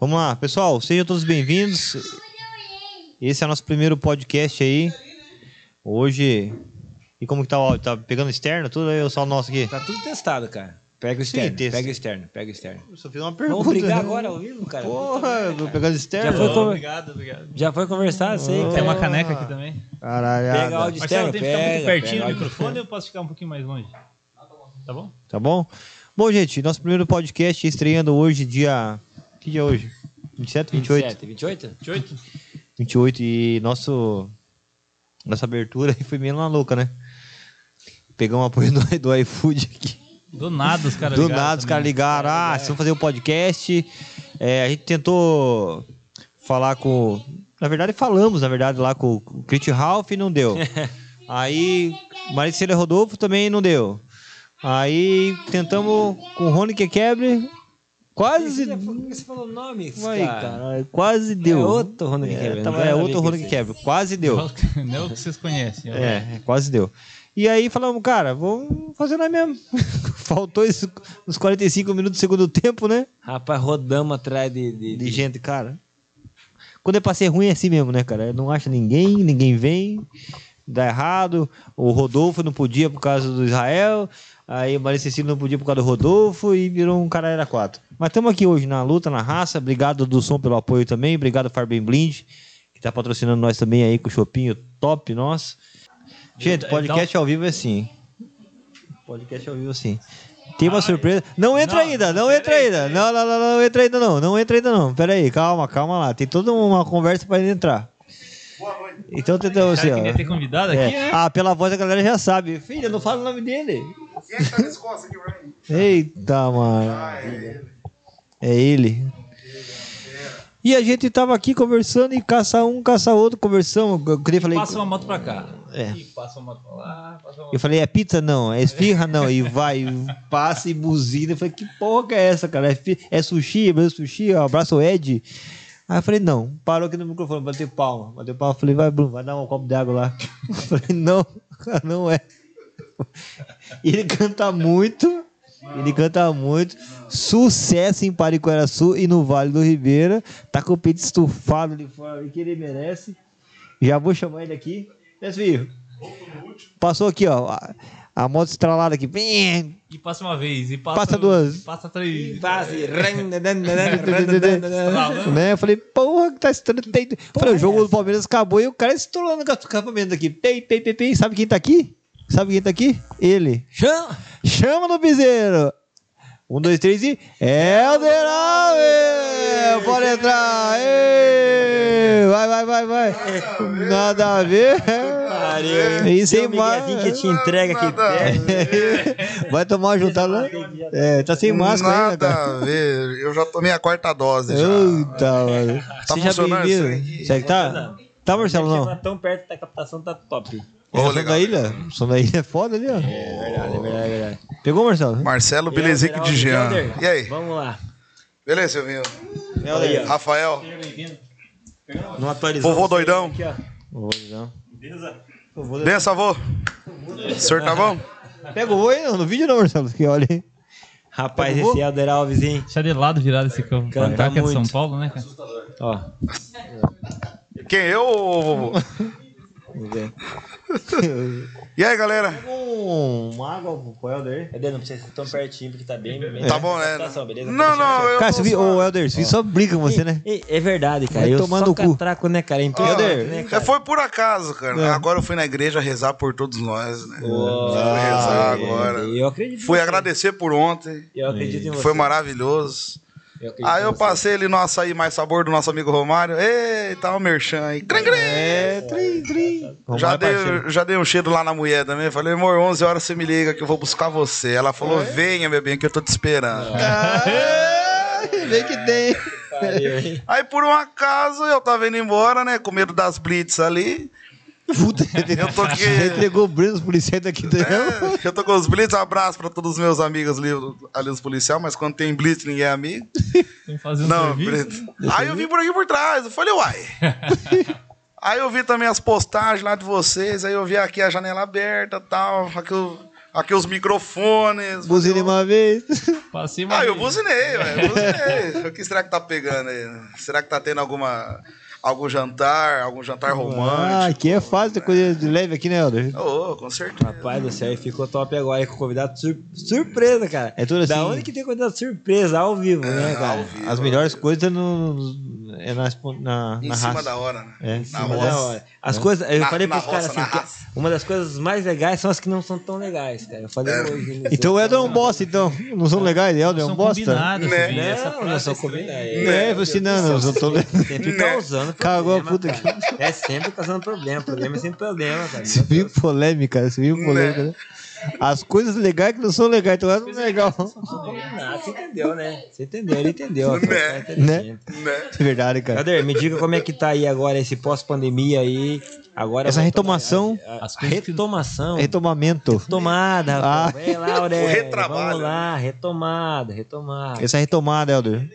Vamos lá, pessoal, sejam todos bem-vindos. Esse é o nosso primeiro podcast aí. Hoje. E como que tá o áudio? Tá pegando externo tudo aí ou só o nosso aqui? Tá tudo testado, cara. Pega o Sim, externo, testa. pega o externo, pega o externo. Eu só fiz uma pergunta. Vamos brigar né? agora ao vivo, cara? Porra, vou pegando Já externo. foi com- Obrigado, obrigado. Já foi conversar, sei. Ah. Tem uma caneca aqui também. Pega Caralho. áudio Marcelo, externo, tem pega. que ficar muito pertinho pega do áudio microfone ou eu posso ficar um pouquinho mais longe? Tá bom? Tá bom? Bom, gente, nosso primeiro podcast estreando hoje, dia. Que dia é hoje? 27, 28? 27, 28? 28? 28 e nosso nossa abertura aí foi meio na louca, né? Pegamos apoio do, do iFood aqui. Do nada os caras do ligaram nada os também. caras É, ligaram, ah, vocês vão fazer o podcast. É, a gente tentou falar com. Na verdade, falamos, na verdade, lá com o Crit Ralph e não deu. Aí, Maricela Rodolfo também não deu. Aí tentamos com o Rony que quebre. Quase. Você falou o nome, Vai, é cara. cara, quase deu. É outro Rony que quebra, É, não tava- tem é nada a outro ver Rony com que isso. quebra. Quase deu. Não é o que vocês conhecem. É, é, quase deu. E aí falamos, cara, vamos fazer nós mesmo. Faltou isso, uns 45 minutos do segundo tempo, né? Rapaz, rodamos atrás de. De de, de- gente, cara. Quando é pra ser ruim é assim mesmo, né, cara? Não acha ninguém, ninguém vem, dá errado. O Rodolfo não podia por causa do Israel. Aí o Maria Cecília não podia por causa do Rodolfo e virou um cara era quatro. Mas estamos aqui hoje na luta, na raça. Obrigado do som pelo apoio também. Obrigado Farben Blind, que tá patrocinando nós também aí com o Chopinho top nosso. Gente, Então- podcast ao vivo é assim. Podcast ao vivo assim. Tem uma surpresa. Não entra Não, ainda, não pera entra aí, ainda. Não, não, não, não entra ainda não. Não entra ainda não. Pera aí, calma, calma lá. Tem toda uma conversa pra ele entrar. Então tenta O você, cara ó. queria ter convidado aqui. né? É. Ah, pela voz a galera já sabe. Filha, não fala o nome dele. Quem é que tá nesse costas aqui, Ryan? Eita, mano. Ah, é ele. é É ele. E a gente tava aqui conversando e caça um, caça outro, conversamos. Eu queria falei. Passa uma moto pra cá. É. Ih, passa uma moto pra lá. Passa uma moto. Eu falei, é pizza? Não, é esfirra? Não. E vai, passa e buzina. Eu falei, que porra que é essa, cara? É, fi- é sushi? É meu sushi? Ó, abraço, Ed. Aí eu falei, não. Parou aqui no microfone, bateu palma. Bateu palma, eu falei, vai, Bruno, vai dar um copo de água lá. Eu falei, não, cara, não é. E Ele canta muito. Ele canta muito. Sucesso em Paricuaraçu e no Vale do Ribeira. Tá com o peito estufado ali fora, que ele merece. Já vou chamar ele aqui. Né, filho? Passou aqui, ó. A, a moto estralada aqui. Bem, E passa uma vez. E passa, Passa duas. Passa três. Base. ran, dan, dan, dan, dan, dan, dan. Estralando. né? Eu falei, porra, que tá estralando. Tem- Falei, o é jogo do Palmeiras acabou e o cara estourando o campamento aqui. Pei, pei, pei, pei. Sabe quem tá aqui? Sabe quem tá aqui? Ele. Chama! Chama no piseiro. Um, dois, três e. Helder Alves! Pode entrar! Ei! Vai, vai, vai, vai! Nada a ver! É Isso aí, Tem um miguezinho que mano. te entrega aqui Nada a perto. Vai tomar uma juntada lá? É, tá sem máscara ainda, Nada cara. a ver. Eu já tomei a quarta dose já. Eita, mano. Tá Seja funcionando isso bem-vindo. aí? Será que tá? Tá, Marcelo, Tá não? tão perto da captação, tá top. Ô, Som legal. é da ilha? Som da ilha é foda ali, ó. Pegou, Marcelo? Marcelo Belezic de Jean. E aí? Vamos lá. Beleza, Silvinho? Olha aí, ó. Rafael, Não atualizou. vovô doidão. Aqui, ó. Vou, não. Benção, avô. O senhor tá bom? Pega o voo aí, não. No vídeo não, Marcelo. Que olha aí. Rapaz, Vovô? esse Helder Alves, hein? Deixa de lado virado esse campo. Canta Caraca, é de São muito. Paulo, né, cara? Ó. Quem? Eu ou o vovô? Vamos ver. E aí, galera? Um, uma água pro Helder. Cadê? É, Não precisa ser tão pertinho, porque tá bem. bem É. Tá bom, né? Captação, beleza? Tá Não, não, eu. Cara, tô você viu, só- ô Helder, você só briga com você, né? É, é verdade, cara. Vai eu tomar só no cu. catraco, né, cara? É Ah, Impressionante, né, é, cara? foi por acaso, cara. É. Agora eu fui na igreja rezar por todos nós, né? Ó, Fui Ah, rezar agora. Eu acredito. em Fui você. agradecer por ontem. Eu acredito em você. Foi maravilhoso. Eu acredito Aí em eu você. passei ali no açaí mais sabor do nosso amigo Romário. Eita, o merchan aí. Crim, crim. É, trim, trim. Vamos já, é lá, dei, parceiro. já dei um cheiro lá na mulher também. Falei, amor, 11 horas você me liga que eu vou buscar você. Ela É? falou, venha, meu bem, que eu tô te esperando. Ah, Vê que tem. Pariu, hein? Aí por um acaso eu tava indo embora, né? Com medo das blitz ali. Puta, Eu tô aqui. Você entregou o Breno os policiais daqui dentro. É, eu tô com os blitz. Abraço pra todos os meus amigos ali, ali os policiais, mas quando tem blitz ninguém é amigo. Estamos fazendo Não, um serviço. preto. Aí eu vim por aqui por trás. Eu falei, uai. aí eu vi também as postagens lá de vocês. Aí eu vi aqui a janela aberta e tal. Aqui o aqui os microfones. Buzina uma vez. Passei uma Ah, eu vez. buzinei, velho. eu Buzinei. o que será que tá pegando aí? Será que tá tendo alguma. algum jantar, algum jantar Ah, romântico? aqui é fácil, ter coisa de leve aqui, né, Helder? Ô, com certeza. Rapaz do céu, e ficou top agora aí com o convidado sur- surpresa, cara. É tudo Da assim. onde que tem convidado surpresa? Ao vivo, né, cara? É, ao vivo, É, As melhores coisas é, no, é na, na, Em na cima raça. da hora, né? É, em na cima Mas roça. da hora. As coisas, eu Na- falei na pros caras assim, roça, na que raça. uma das coisas mais legais são as que não são tão legais, cara. Eu falei hoje. né? Então o Helder é um bosta, então. Não são legais, Helder é um São bosta. combinados, Né? Tobi, essa Não, não frase são é estranha. combinados. É, eu assim, não, não, eu tô Sempre Né? tá usando Cagou a problema, puta cara. É sempre causando problema. Problema é sempre problema, cara. Se viu polêmica, se viu polêmica, né? As coisas legais que não são legais, então é legal. Combinado, você entendeu, né? Você entendeu, ele entendeu. ó, cara, tá inteligente. Né? Né? É verdade, cara. Cader, me diga como é que tá aí agora esse pós-pandemia aí. Agora Essa voltou- retomação, As coisas que- é, Retomação. retomamento. Retomada, Ah. rapaz. Vem lá, Aurélio. O retrabalho. Vamos lá, retomada, retomada. Essa é retomada, Helder.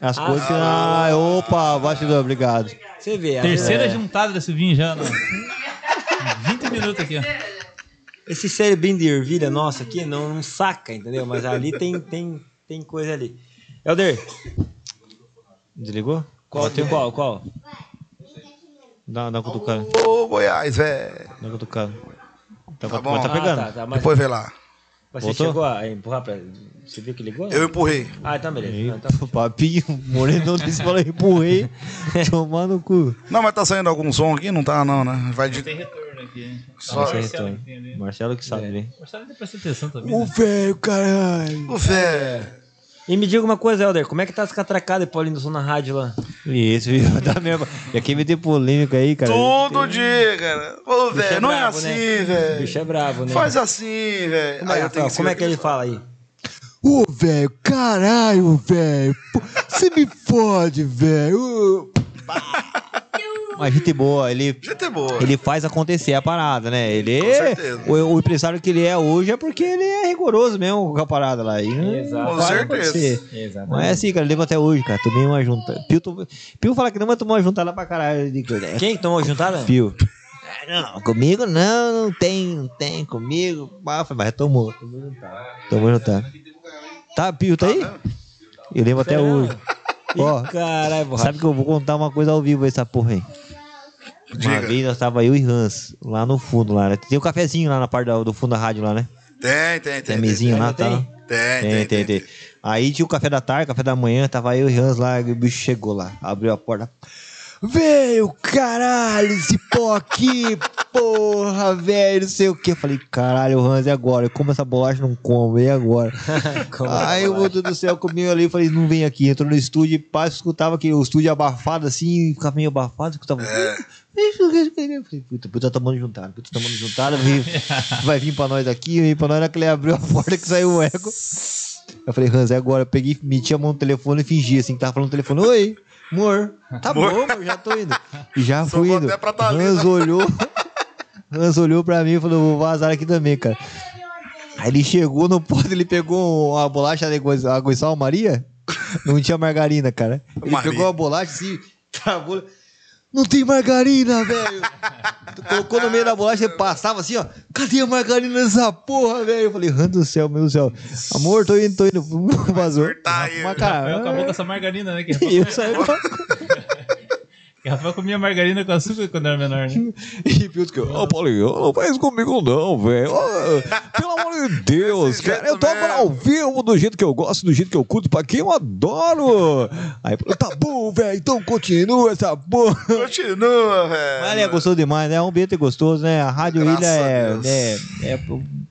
As Ah, coisas que. Ah, opa, bastidor, obrigado. Você vê. É, às vezes- é Terceira juntada desse vinho já, né? 20 minutos aqui, ó. Esse cerebrinho de ervilha nossa aqui não, não saca, entendeu? Mas ali tem, tem, tem coisa ali. Helder, Desligou? qual, qual, qual? Dá, dá uma cutucada. Ô, Goiás, velho. Dá uma cutucada. Tá, Tá bom. mas tá Ah, pegando. tá, tá, mas Depois vê lá. você Voltou? chegou a empurrar pra... Você viu que ligou? Eu empurrei. Ah, então beleza. Aí, Não, então- papinho, moreno desse fala empurrei, tomar no cu. Não, mas tá saindo algum som aqui? Não tá, não, né? Vai de. Tem retorno aqui. Só- Marcelo retorno. que tem ali. Marcelo que sabe, né? Marcelo tem prestado atenção também. O né? velho, caralho. Ô, velho. E me diga uma coisa, Helder, como é que tá as catracadas de Paulinho do Sul na rádio lá? E esse vídeo da minha. Tá Já quem meter polêmica aí, cara. Todo dia, cara. Ô, Bicho é velho, não é brabo, né? assim, O bicho é velho. bravo, né? Faz assim, velho. Como, é, Aí eu tenho Rafael, como é que ele ser- fala aí? Ô, velho, caralho, velho. pô, Você me fode, velho. Mas gente boa, ele. Gente boa. Ele faz acontecer a parada, né? Ele Com certeza. o, o empresário que ele é hoje é porque ele é rigoroso mesmo com a parada lá. E, Exato. Com faz certeza. acontecer. Não Exatamente. é assim, cara. Eu lembro até hoje, cara. Tomei uma junta. Pio, tom- Pio fala que não, mas tomou uma juntada pra caralho. De... Quem que tomou juntada? Pio. Ah, Não, comigo não, não tem, não tem comigo. Ah, foi, mas tomou. Tomou juntada. Tá, Pio, tá aí? Eu lembro até Será? hoje. Ó, Caralho, borracha. sabe que eu vou contar uma coisa ao vivo essa porra aí. Uma Diga. vez nós tava eu e Hans, lá no fundo, lá, né? Tem um cafezinho lá na parte da- do fundo da rádio lá, né? Tem, Tem tem, a tem. mesinha lá, tem. tá? Tem, tem, tem. Aí tinha o café da tarde, café da manhã, tava eu e o Hans lá, e o bicho chegou lá, abriu a porta. Veio, caralho, esse pó aqui, porra, velho, não sei o que. Falei, caralho, Hans, e agora? Eu como essa bolacha, não como, e agora? Como Aí o outro do céu comigo ali, falei, não vem aqui. Entrou no estúdio, pá, escutava que o estúdio abafado assim, ficava meio abafado, escutava. Isso, isso, isso. Eu falei, puta, puta tá tomando juntada, puta tomando juntada, vem- vai vir pra nós daqui, vem pra nós, na hora que ele abriu a porta que saiu o eco. Eu falei, Hans, é agora. Eu peguei, meti a mão no telefone e fingi assim, que tava falando no telefone, oi, amor, tá bom, amor, já tô indo. E já Só fui vou indo. até pra tá né? Thalina. Hans olhou, Hans olhou pra mim e falou, vou vazar aqui também, cara. Aí ele chegou no ponto, ele pegou a bolacha de agoi- aguissal Maria, não tinha margarina, cara. Ele Maria. pegou a bolacha assim, travou... Não tem margarina, velho. Tu colocou no meio da bolacha, ele passava assim, ó. Cadê a margarina nessa porra, velho? Eu falei, Rando do céu, meu Deus do céu. Amor, tô indo, tô indo. Vazou. Tá aí, Mas, Rafael acabou com cara, essa margarina, né? Que e eu saí pra... Porque Rafael comia margarina com açúcar quando era menor, né? E Pio que, ô Paulinho, não faz comigo não, velho. Ô, pelo amor de Deus, Desse cara. jeito Eu tô mesmo. ao vivo do jeito que eu gosto, do jeito que eu curto, pra quem eu adoro. Aí, falou, tá bom, velho, então continua essa porra. Continua, velho. Mas é gostoso demais, né? O ambiente é gostoso, né? A Rádio Graças Ilha a é. Deus. é, é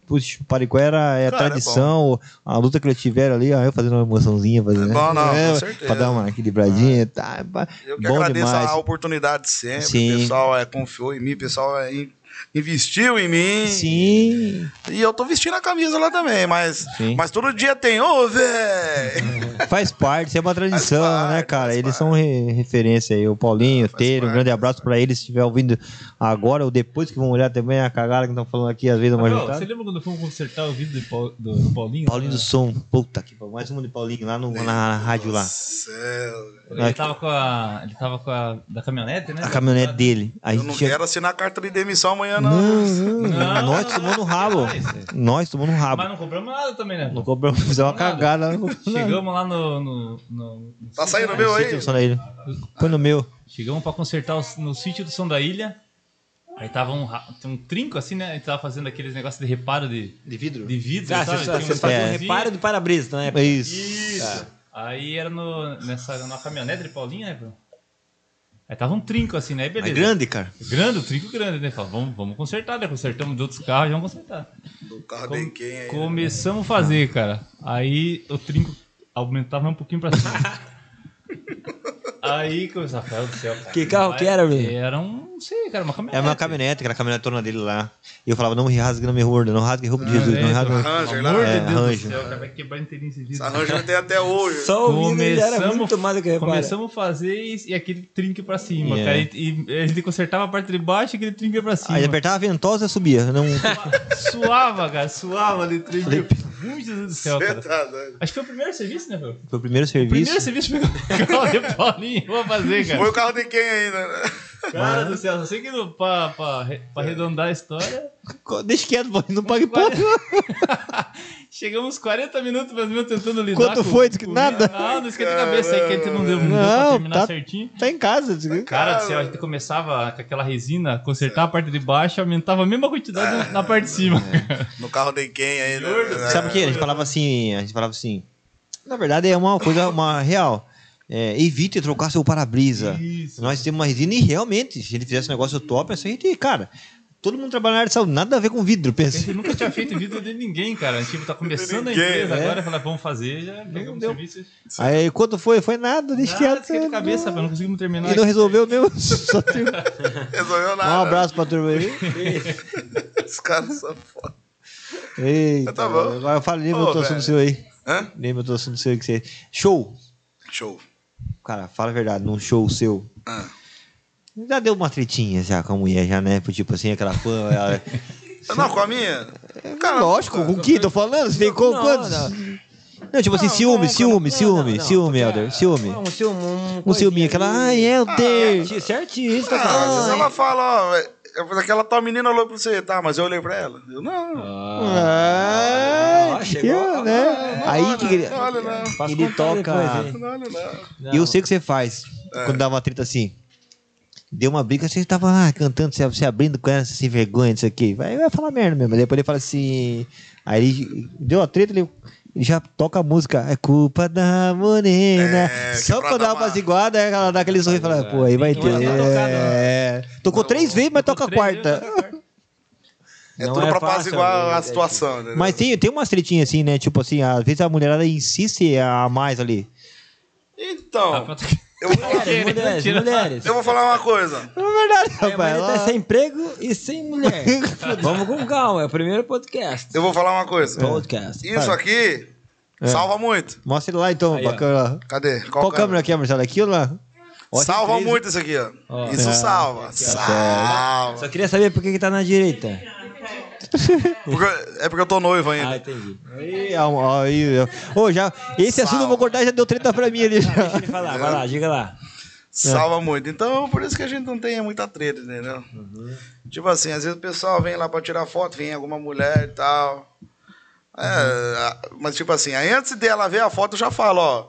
putz, Pariquera é Cara, é tradição. a luta que eles tiveram ali, ó, eu fazendo uma emoçãozinha. Fazendo, É bom, não, né? com certeza. Ah. Pra dar uma equilibradinha. Tá, pá, Eu que bom agradeço demais. a oportunidade sempre. Sim. O pessoal é, confiou em mim, o pessoal é, in- investiu em mim. Sim. E eu tô vestindo a camisa lá também, mas, Sim. mas todo dia tem, ô, velho! Faz parte, isso é uma tradição, Faz parte, né, cara? faz Eles parte. É, são re- referência aí. O Paulinho, o faz Teiro, um parte, grande faz abraço pra eles. Se estiver ouvindo agora ou depois que vão olhar também a cagada que estão falando aqui, às vezes, uma Rafael, juntada. você lembra quando fomos consertar o vídeo do, Paul- do Paulinho? Paulinho do Né? Som, puta que pariu. Mais um de Paulinho lá no, na, na rádio lá. Céu. Ele tava com a. Ele tava com a. Da caminhonete, né? Ah, A caminhonete dele. A Eu gente não tinha- quero assinar carta de demissão amanhã, amanhã não. Não, não, Não, Nós não, tomamos no não, rabo. não, isso. Nós tomamos no rabo. Mas não compramos nada também, né? Não compramos, fizemos uma nada. cagada. Não compramos nada. Chegamos lá no. no, no- Tá saindo o No meu aí? sítio do Som da Ilha. né? Põe no meu. Chegamos pra consertar os- no sítio do São da Ilha. Aí tava um, ra- um trinco assim, né? A gente tava fazendo aqueles negócios de reparo de, De vidro? de vidro. Ah, sabe? vocês Tinha vocês uns faziam um pauzinhos. reparo do para-brisa né? na época. É isso. Isso. Aí era no, nessa, numa caminhonete de Paulinha, né, Bruno? Aí tava um trinco assim, né? Aí É Beleza. grande, cara. Grande, o trinco grande, né? Fala, vamos, vamos consertar, né? Consertamos de outros carros, já vamos consertar. Do carro Com- bem quem aí. Começamos a fazer, cara. Aí o trinco aumentava um pouquinho pra cima. Aí começava, Rafael do céu, cara. Que carro que era, É velho? Era um, não sei, cara, uma caminhonete. Era É uma caminhonete, aquela caminhonetona dele lá. E eu falava, não me rasgue na minha horda, não rasgue a roupa de Jesus, não rasgue. tá. Ranger Pelo amor lá, de é, Deus Ranger. do céu, cara, vai quebrar inteirinho esse vídeo. Essa Ranger tem até hoje. Só o vidro ele já era muito mais do que reparo. começamos a fazer e, e aquele trinque pra cima, É. cara. E, e a gente consertava a parte de baixo e aquele trinque pra cima. Aí apertava a ventosa e subia. Não... Suava, cara, suava ali, trinque. Meu Jesus do céu, Você cara. tá doido. Acho que foi o primeiro serviço, né, meu? Foi o primeiro serviço. Primeiro serviço pegou o carro de Paulinho. Vou fazer, cara. Foi o carro de quem ainda? né? Cara do céu, só sei que no, pra, pra, re- pra arredondar a história. Co- Deixa quieto, pô, não pague Quase- pouco. Chegamos 40 minutos mais ou menos tentando lidar. Quanto com- foi? Diz que com- nada. Não, não esquenta a cabeça aí que a gente não deu, não deu pra Não, terminar tá- certinho. Tá em casa. diz que- Ah, Cara do céu, a gente começava com aquela resina, consertar a parte de baixo, aumentava a mesma quantidade na- na Ah, parte de cima. No carro de quem ainda? né? Senhor, Sabe o que? A gente falava assim, a gente falava assim. Na verdade, é uma coisa uma real. É, evite trocar seu é. para-brisa. Isso. Nós temos uma resina e realmente, se ele fizesse um negócio top, assim, a gente, cara, todo mundo trabalha na área de saúde, nada a ver com vidro, A pensa. gente nunca tinha feito vídeo de ninguém, cara. Tipo, tá começando a Ninguém, empresa né? agora, falar, vamos fazer, já pegamos o serviço. Aí quando foi, foi nada, deixa Nada, quieto. esquenta a cabeça, rapaz, não conseguimos terminar. E não resolveu mesmo. Só tem- um Resolveu nada. abraço pra turma aí. Os caras são foda. Eita, Tá bom. agora eu falo, lembra Ô, o teu velho. assunto seu aí. Hã? Lembra o teu assunto seu aí que você. Show! Show. Cara, fala a verdade, num show seu. Ah. Já deu uma tretinha já com a mulher, já, né? Tipo assim, aquela fã. Ela... Não, com a minha? Cara, lógico, com quem tô falando? Você tem com Não, quantos? não. Não, tipo assim, Não, ciúme, não, ciúme, não, ciúme, não, não, ciúme, porque, Helder, ah, ciúme. Um ciúme, um Um ciúminho, coisinha aquela, ali. ai, Helder. Certi- Certíssimo, tá Ah, às falando. vezes ela fala, ó, é porque aquela tal menina olhou pra você, tá, mas eu olhei pra ela. Eu, não. Ah, Ah, chegou. eu, né? Aí que ele, Não olha, não. Faço ele contato toca. depois, hein? Não olha, não. E Eu sei o que você faz É. quando dá uma treta assim. Deu uma briga, você tava lá cantando, você, você abrindo com ela, você sem vergonha, isso aqui. Vai, vai falar merda mesmo. Mas Depois ele fala assim. Aí ele deu a treta, ele ele já toca a música. É culpa da morena. É, que Só pra pra dar dar uma- uma ziguada, aí ela dá aquele sorriso e fala, pô, aí vai Tem ter. que mandar tocar, não. É. Tocou três vezes, mas toca a quarta. né? É Não tudo é pra fácil, apaziguar né? a situação, né? Mas tem, tem umas tretinhas assim, né? Tipo assim, às vezes a mulherada insiste a mais ali. Então, eu vou falar- Mulheres, mulheres, Tira- mulheres. eu vou falar uma coisa. É verdade, É, mas rapaz. ele tá ela- sem emprego e sem mulher. Vamos com calma, é o primeiro podcast. Eu vou falar uma É. coisa. Podcast. Isso aqui salva muito. Mostra ele lá então, Aí, ó. bacana. Cadê? É. Qual, câmera que é, Marcelo? Aqui ou lá? Ó, tem Salva três- né? muito isso aqui, ó. Isso É. salva. Salva. Só queria saber por que, que tá na direita. Porque- é porque eu tô noivo Ah, ainda. entendi. Aí, é um, ó, aí, ó. Ô, já, esse assunto eu vou cortar, já deu treta pra mim ali. já. Deixa ele falar, vai lá, diga lá. Salva muito. Então, por isso que a gente não tem muita treta, entendeu? Uhum. Tipo assim, às vezes o pessoal vem lá pra tirar foto, vem alguma mulher e tal. É, Uhum. a- mas tipo assim, aí antes dela ver a foto, eu já falo, ó.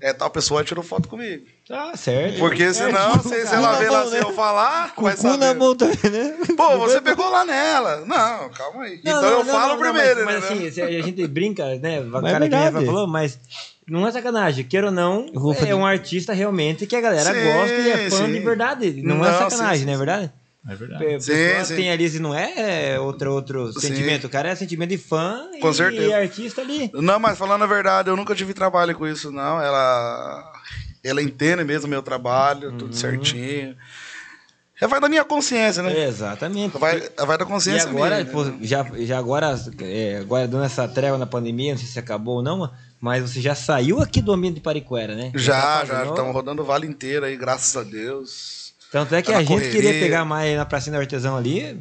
É, tal pessoa tirou foto comigo. Tá certo. Porque senão, se, se ela na ver lá mão, sem É, tipo, né? eu falar, vai Cu na saber. mão também, né? Pô, você pegou lá nela. Não, calma aí. Não, então não, eu não, falo não, não, mas, primeiro, mas né? assim, se a gente brinca, né? O é cara que nem verdade. Rafa falou, mas não é sacanagem. Queira ou não, Eu vou fazer- é um artista realmente que a galera Sim, gosta e é fã sim. de verdade. Não, é Não, sacanagem, sim, não é verdade? É verdade. Pe- Sim, pessoa sim. Tem ali, se não é, é outro, outro Sim. sentimento. O cara é sentimento de fã Com e, certeza. e artista ali. Não, mas falando a verdade, eu nunca tive trabalho com isso, não. Ela, ela entende mesmo o meu trabalho, Uhum. tudo certinho. É, vai da minha consciência, né? Exatamente. Vai, vai da É. E consciência agora, minha, pô, né? já, já agora, é, agora dando essa trégua na pandemia, não sei se acabou ou não, mas você já saiu aqui do ambiente de Pariquera, né? Já, tá já. fazendo- Estamos rodando o vale inteiro aí, graças a Deus. Tanto é que Tá na a gente correria. queria pegar mais na pracinha do artesão ali,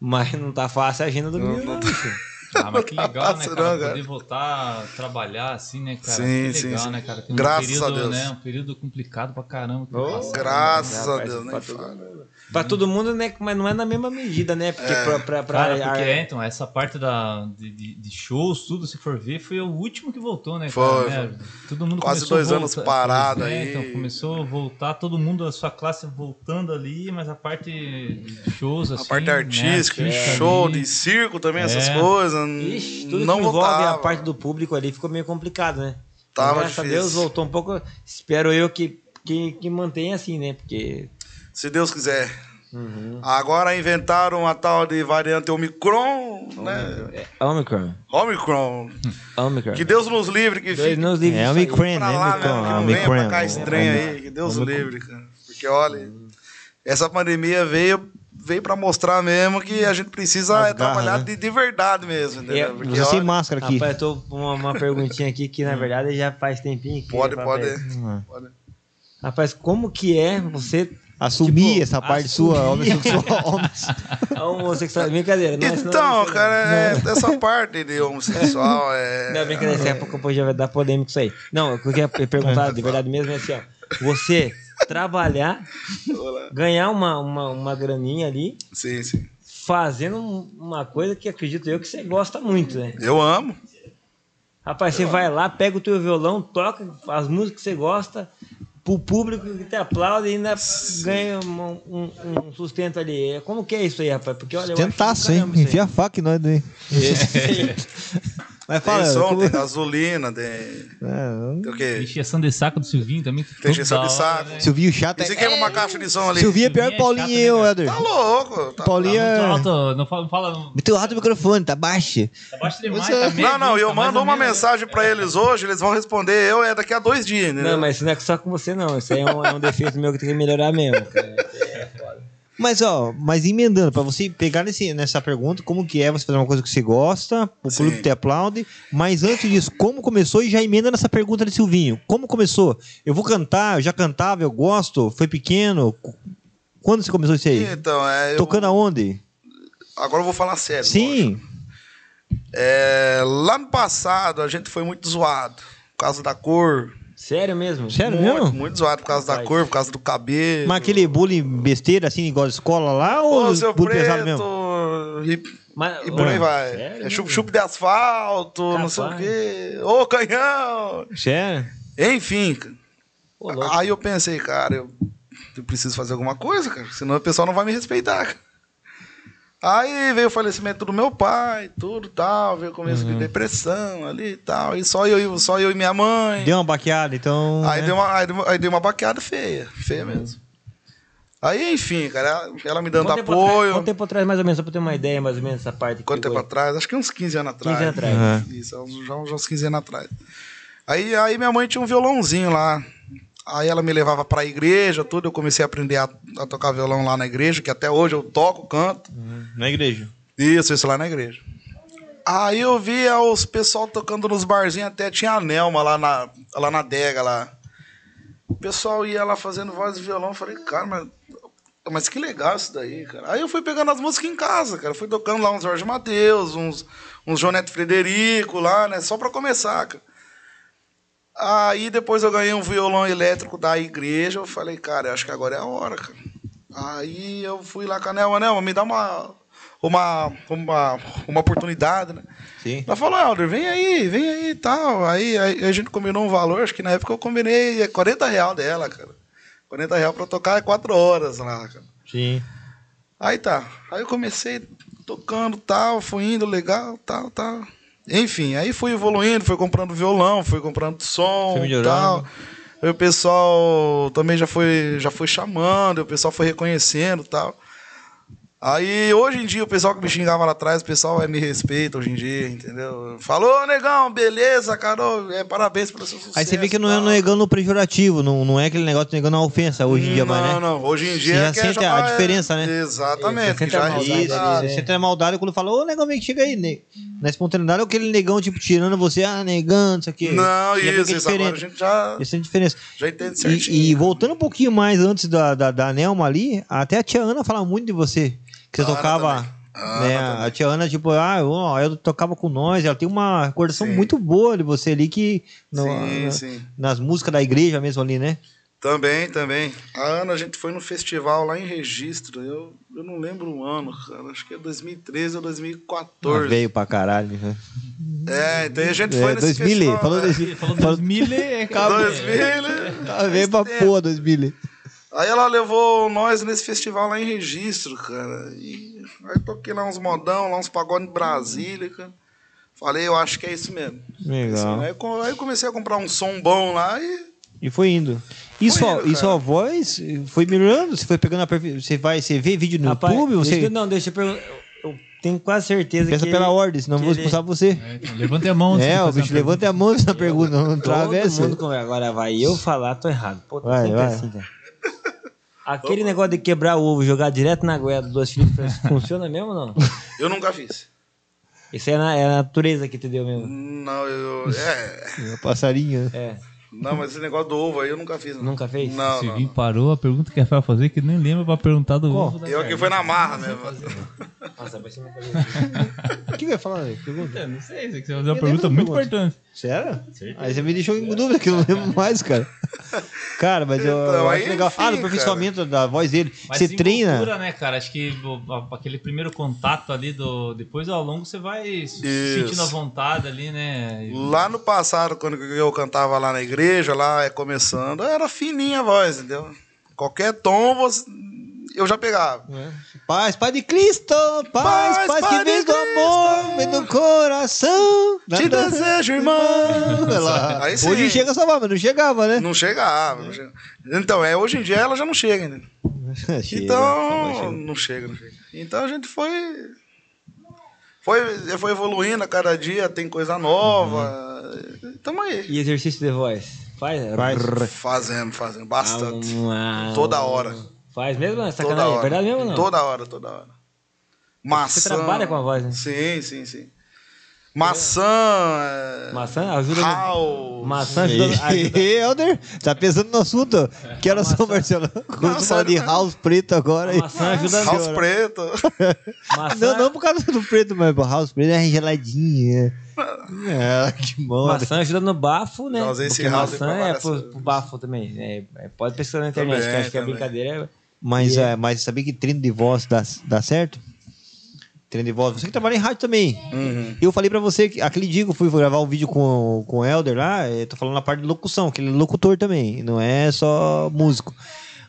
mas não tá fácil a agenda do menino. não, bicho. Ah, mas que Não dá legal, né, fácil cara? não, cara. Poder voltar a trabalhar assim, né, cara? Sim, que sim, legal, sim. né, cara? Tem Graças um período, a Deus. Né, um período complicado pra caramba. que Ô, passa. Graças a Rapaz, Deus, nem pra todo fala. Pra todo mundo, né? Mas não é na mesma medida, né? Porque É. pra, pra, pra- Cara, ar- porque é, então, essa parte da, de, de- de shows, tudo, se for ver, foi o último que voltou, né? Foi, cara, né? Todo mundo Quase começou a dois anos voltar- parado É, aí. Então, começou a voltar, todo mundo, a sua classe voltando ali, mas a parte de shows, assim. a parte né, artística, artística show ali, de circo também, essas É. coisas. Ixi, tudo não que envolve voltava. a parte do público ali ficou meio complicado, né? Tava Graças a difícil. Deus voltou um pouco. Espero eu que, que, que mantenha assim, né? Porque. Se Deus quiser. Uhum. Agora inventaram a tal de variante Omicron, né? Uhum. É, Omicron. Omicron. Omicron. Que Deus nos livre, que Deus fique nos livre. É disso aí. Omicron, né? pra lá mesmo, que não venha pra cá esse trem Omicron. Uhum. aí. Que Deus nos livre, cara. Porque, olha, essa pandemia veio, veio pra mostrar mesmo que a gente precisa As é, trabalhar garras, né? de, de verdade mesmo, entendeu? É, Porque, Usa sem olha, máscara aqui. Rapaz, eu tô com uma, uma perguntinha aqui que na verdade já faz tempinho. Que pode, eu ia pode, falar pra ele. Hum. pode. Rapaz, como que é você Assumir Tipo, essa parte sua, homossexual. homossexual. é homossexual? Brincadeira, não é isso, não, Então, isso não. cara, né? é- essa parte de homossexual é. Não, brincadeira, daqui a pouco depois já vai dar polêmico isso aí. Não, o que eu queria per- perguntar de verdade mesmo é assim, ó. Você trabalhar, ganhar uma, uma, uma graninha ali, Sim, sim. fazendo um- uma coisa que acredito eu que você gosta muito, né? Eu amo. Rapaz, você vai lá, pega o teu violão, toca as músicas que você gosta, pro público que te aplaude e ainda ganha um, um- um sustento ali. É, Como que é isso aí, rapaz? Porque olha, eu acho do Tentaço, hein? caramba isso aí. Enfia a faca em nós daí. Mas fala. tem som, como- tem gasolina, tem. É, Tem o quê? Enchia sangue de saco do Silvinho também. que Tem toda injeção de hora, saco. né? Silvinho chato. E Você É... quer uma caixa de som ali? Silvinho é pior Silvinho é que Paulinho e chato, eu, né, cara? Elder. Tá louco. Tá... Paulinho Tá muito é. alto, não fala, não fala Muito alto o microfone, tá baixo. abaixa demais. Você- tá meio, é. Não, não, eu tá mais mando ou uma menos, né? mensagem pra eles hoje, eles vão responder eu é daqui a dois dias, né? Não, mas isso não é só com você, não. Isso aí é um, é um defeito meu que tem que melhorar mesmo. cara. Mas ó, mas emendando, pra você pegar nesse, nessa pergunta, como que é você fazer uma coisa que você gosta, o Sim. público te aplaude, mas antes disso, como começou e já emenda nessa pergunta de Silvinho. Como começou? Eu vou cantar, eu já cantava, eu gosto, foi pequeno. Qu- Quando você começou isso aí? Então, é. eu- Tocando aonde? Agora eu vou falar sério. lógico. Sim. É, lá no passado a gente foi muito zoado. Por causa da cor. Sério mesmo? Sério muito, É mesmo? muito zoado por causa da Rapaz. cor, por causa do cabelo. Mas aquele bullying besteira assim, igual a escola lá, ou Ô, seu bullying preto. pesado mesmo? E, Mas, e por aí Ah, vai. sério É mesmo? chup-chup de asfalto, não sei o Capaz. quê. Ô, canhão! Sério? Enfim, cara. Ô, louco. Aí eu pensei, cara, eu, eu preciso fazer alguma coisa, cara, senão o pessoal não vai me respeitar. cara. Aí veio o falecimento do meu pai, tudo tal, veio o começo de depressão ali e tal, e só eu, e- só eu e minha mãe. Deu uma baqueada, então. aí, né? deu um uma, aí, deu- aí deu uma baqueada feia, feia mesmo. Aí, enfim, cara, ela- ela me dando Quanto tempo atrás- apoio. Quanto tempo atrás, mais ou menos, só pra ter uma ideia, mais ou menos, dessa parte. que Quanto tempo pegou aí? atrás? Acho que uns 15 anos atrás. 15 anos atrás. Aham. Isso, uns- já, uns- já uns 15 anos atrás. Aí, aí minha mãe tinha um violãozinho lá. Aí ela me levava pra igreja, tudo. Eu comecei a aprender a, a tocar violão lá na igreja, que até hoje eu toco, canto. Na igreja. Isso, isso lá na igreja. Aí eu via os pessoal tocando nos barzinhos, até tinha a Nelma lá na, lá na adega lá. O pessoal ia lá fazendo voz e violão. Eu falei, cara, mas, mas que legal isso daí, cara. Aí eu fui pegando as músicas em casa, cara. Fui tocando lá uns Jorge Mateus, uns, uns Joneto Frederico lá, né? Só pra começar, cara. Aí depois eu ganhei um violão elétrico da igreja. Eu falei, cara, eu acho que agora é a hora, cara. Aí eu fui lá com a Nelma, Nelma, me dá uma, uma, uma, uma oportunidade, né? Sim. Ela falou, Helder, vem aí, vem aí e tal. Aí, aí a gente combinou um valor, acho que na época eu combinei é 40 real dela, cara. 40 real pra eu tocar é 4 horas lá, cara. Sim. Aí tá. Aí eu comecei tocando tal, fui indo legal, tal, tal. Enfim, aí fui evoluindo, fui comprando violão, fui comprando som, Foi melhorando. tal. Aí o pessoal também já foi, já foi chamando, o pessoal foi reconhecendo, tal. Aí hoje em dia o pessoal que me xingava lá atrás, o pessoal é, me respeita hoje em dia, entendeu? Falou, negão, beleza, Carol, é, parabéns pelo seu sucesso. Aí você vê que não é tal. negando o pejorativo, não, não é aquele negócio de negando a ofensa hoje em dia, não, mais, né? não, hoje em Você dia é já quer sente a chamar- diferença, né? Exatamente, Você que sente a já maldade é Isso, ali, irritado. né? Ah, você tem maldade quando fala, ô negão, vem que chega aí. Ne... Na espontaneidade é aquele negão, tipo, tirando você, ah, negando, isso aqui. Não, Já isso, fica isso agora a é diferente. gente já, Essa é a diferença. já entende certinho. E, e voltando um pouquinho mais antes da, da, da Nelma ali, até a tia Ana fala muito de você. Que você Ana tocava também. Ah, né? também. A tia Ana, tipo, ah, ó, ela tocava com nós, ela tem uma recordação Sim. muito boa de você ali que. no- sim, na- sim. Nas músicas da igreja mesmo ali, né? Também, também. A Ana, a gente foi no festival lá em Registro. Eu, eu não lembro o ano, cara. Acho que é 2013 ou 2014. Ah, Veio pra caralho. Né? É, então a gente foi É, nesse 2000, festival. falou né? 2000. Ele falou 2000 é Acabou. 2000. Ah, veio pra porra, 2000. É, Aí ela levou nós nesse festival lá em Registro, cara. E aí toquei lá uns modão, lá uns pagode em Brasília, cara. Falei, eu acho que é isso mesmo. Legal. Aí, co- aí comecei a comprar um som bom lá e. E foi indo. E, Foi sua, indo, e sua cara. voz foi melhorando? Você foi pegando a perfil. Você vai, você vê vídeo no Rapaz, YouTube? deixa Você eu- não, deixa eu perguntar. Eu tenho quase certeza pensa que. pela ele- ordem, senão eu que vou ele- expulsar você. É, então, levanta a mão. antes de É, o fazer bicho uma pergunta. levanta a mão na pergunta, não Todo atravessa. mundo come- Agora vai eu falar, tô errado. Pô, tá Vai, sempre vai. assim, cara. Aquele negócio de quebrar o ovo, jogar direto na goela dos dois filhos, funciona mesmo ou não? Eu nunca fiz. Isso é, na, é a natureza que te deu mesmo. Não, eu. É. Passarinho. É, Não, mas esse negócio do ovo aí eu nunca fiz. Não. nunca fez? Não, Silvinho não. parou a pergunta que é pra fazer, que nem lembra pra perguntar do ovo da Eu que galinha. foi na marra mesmo. Nossa, vai ser uma coisa- O que eu ia falar? né? Pergunta. Puta, Não sei, você fazer uma Eu lembro pergunta muito da pergunta. importante. Sério? Aí você me deixou em dúvida que eu não lembro mais, cara. Cara, mas eu, Então, eu aí, acho legal. ah, enfim, no aperfeiçoamento da voz dele. Mas você desenvoltura, treina. né, cara? Acho que o- a- aquele primeiro contato ali, do depois ao longo você vai se Isso. sentindo à vontade ali, né? E- Lá no passado, quando eu cantava lá na igreja, lá é começando, era fininha a voz, entendeu? Qualquer tom você- eu já pegava. Paz, Pai de Cristo, paz, Paz, paz, Pai de que vem do Cristo. amor, vem do coração. assim. Te desejo, irmão! Olha lá. Aí sim. Hoje chega essa voz, mas não chegava, né? Não chegava, não chegava. Então, é, hoje em dia ela já não chega, né? Chega, essa né? voz Então, chega. não chega, não chega. Então a gente foi. Foi, foi evoluindo a cada dia, tem coisa nova. Tamo aí. E exercício de voz? Faz? né? Faz. Fazendo, fazendo, bastante. Ah, Toda hora. Faz mesmo? É Toda sacanagem. hora. É verdade mesmo ou não? Toda hora, toda hora. Maçã. Você trabalha com a voz, né? Sim, sim, sim. Maçã. Maçã ajuda. no- House. Maçã ajuda. ajuda- Ei, Helder, tá pensando no assunto? Que era São Marcelo. Começou a falar de House Preto agora. a aí. Maçã ajuda. House preto. Maçã, é- Não, não por causa do preto, mas o House Preto é geladinha. Ah. É, que moda. Maçã ajuda no bafo, né? Já usei esse Porque house maçã pra é várias pro, coisas. pro bafo também. né? É, pode pesquisar na internet, Também, que eu acho que a também. brincadeira é. Mas, E é- é, mas sabia que treino de voz dá, dá certo? Treino de voz. Você que trabalha em rádio também. Uhum. Eu falei pra você que aquele dia que eu fui gravar um vídeo com, com o Helder lá, eu tô falando na parte de locução, que ele é locutor também, não é só músico.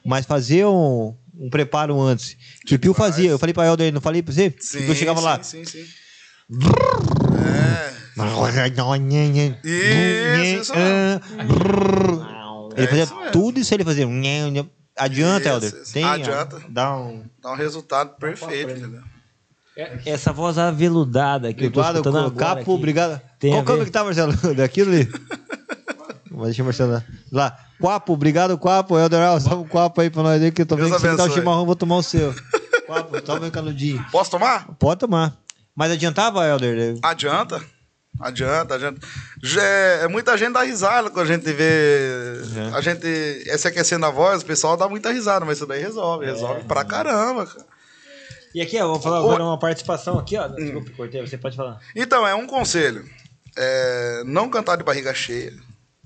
Mas fazer um, um preparo antes. Que o Pio Demais. fazia. Eu falei pra Helder, não falei pra você? Tipo Sim, que eu chegava sim, lá. Sim, sim. isso Ele É fazia isso mesmo. tudo isso, ele fazia. Adianta, Isso, Helder. isso. Tem, Adianta. Dá um. Dá um resultado perfeito, entendeu? Essa voz aveludada que eu Obrigado, tô escutando Capo, agora aqui. obrigado. Tem Qual a câmera ver. que tá, Marcelo? Daquilo ali? Mas deixa o Marcelo lá. lá. Quapo, obrigado, Quapo. Helder, Alves, toma um Quapo aí pra nós aí, que eu tô Deus vendo que você me dá o abençoe. chimarrão, eu vou tomar o seu. Quapo, toma um canudinho. Posso tomar? Pode tomar. Mas adiantava, Helder? Adianta. Adianta, adianta. Já é, muita gente dá risada quando a gente vê. A gente é se aquecendo a voz, o pessoal dá muita risada, mas isso daí resolve. Resolve pra caramba, cara. E aqui, ó, vou falar agora uma participação aqui, Hum. ó. Desculpa, cortei, você pode falar. Então, é um conselho. É, não cantar de barriga cheia.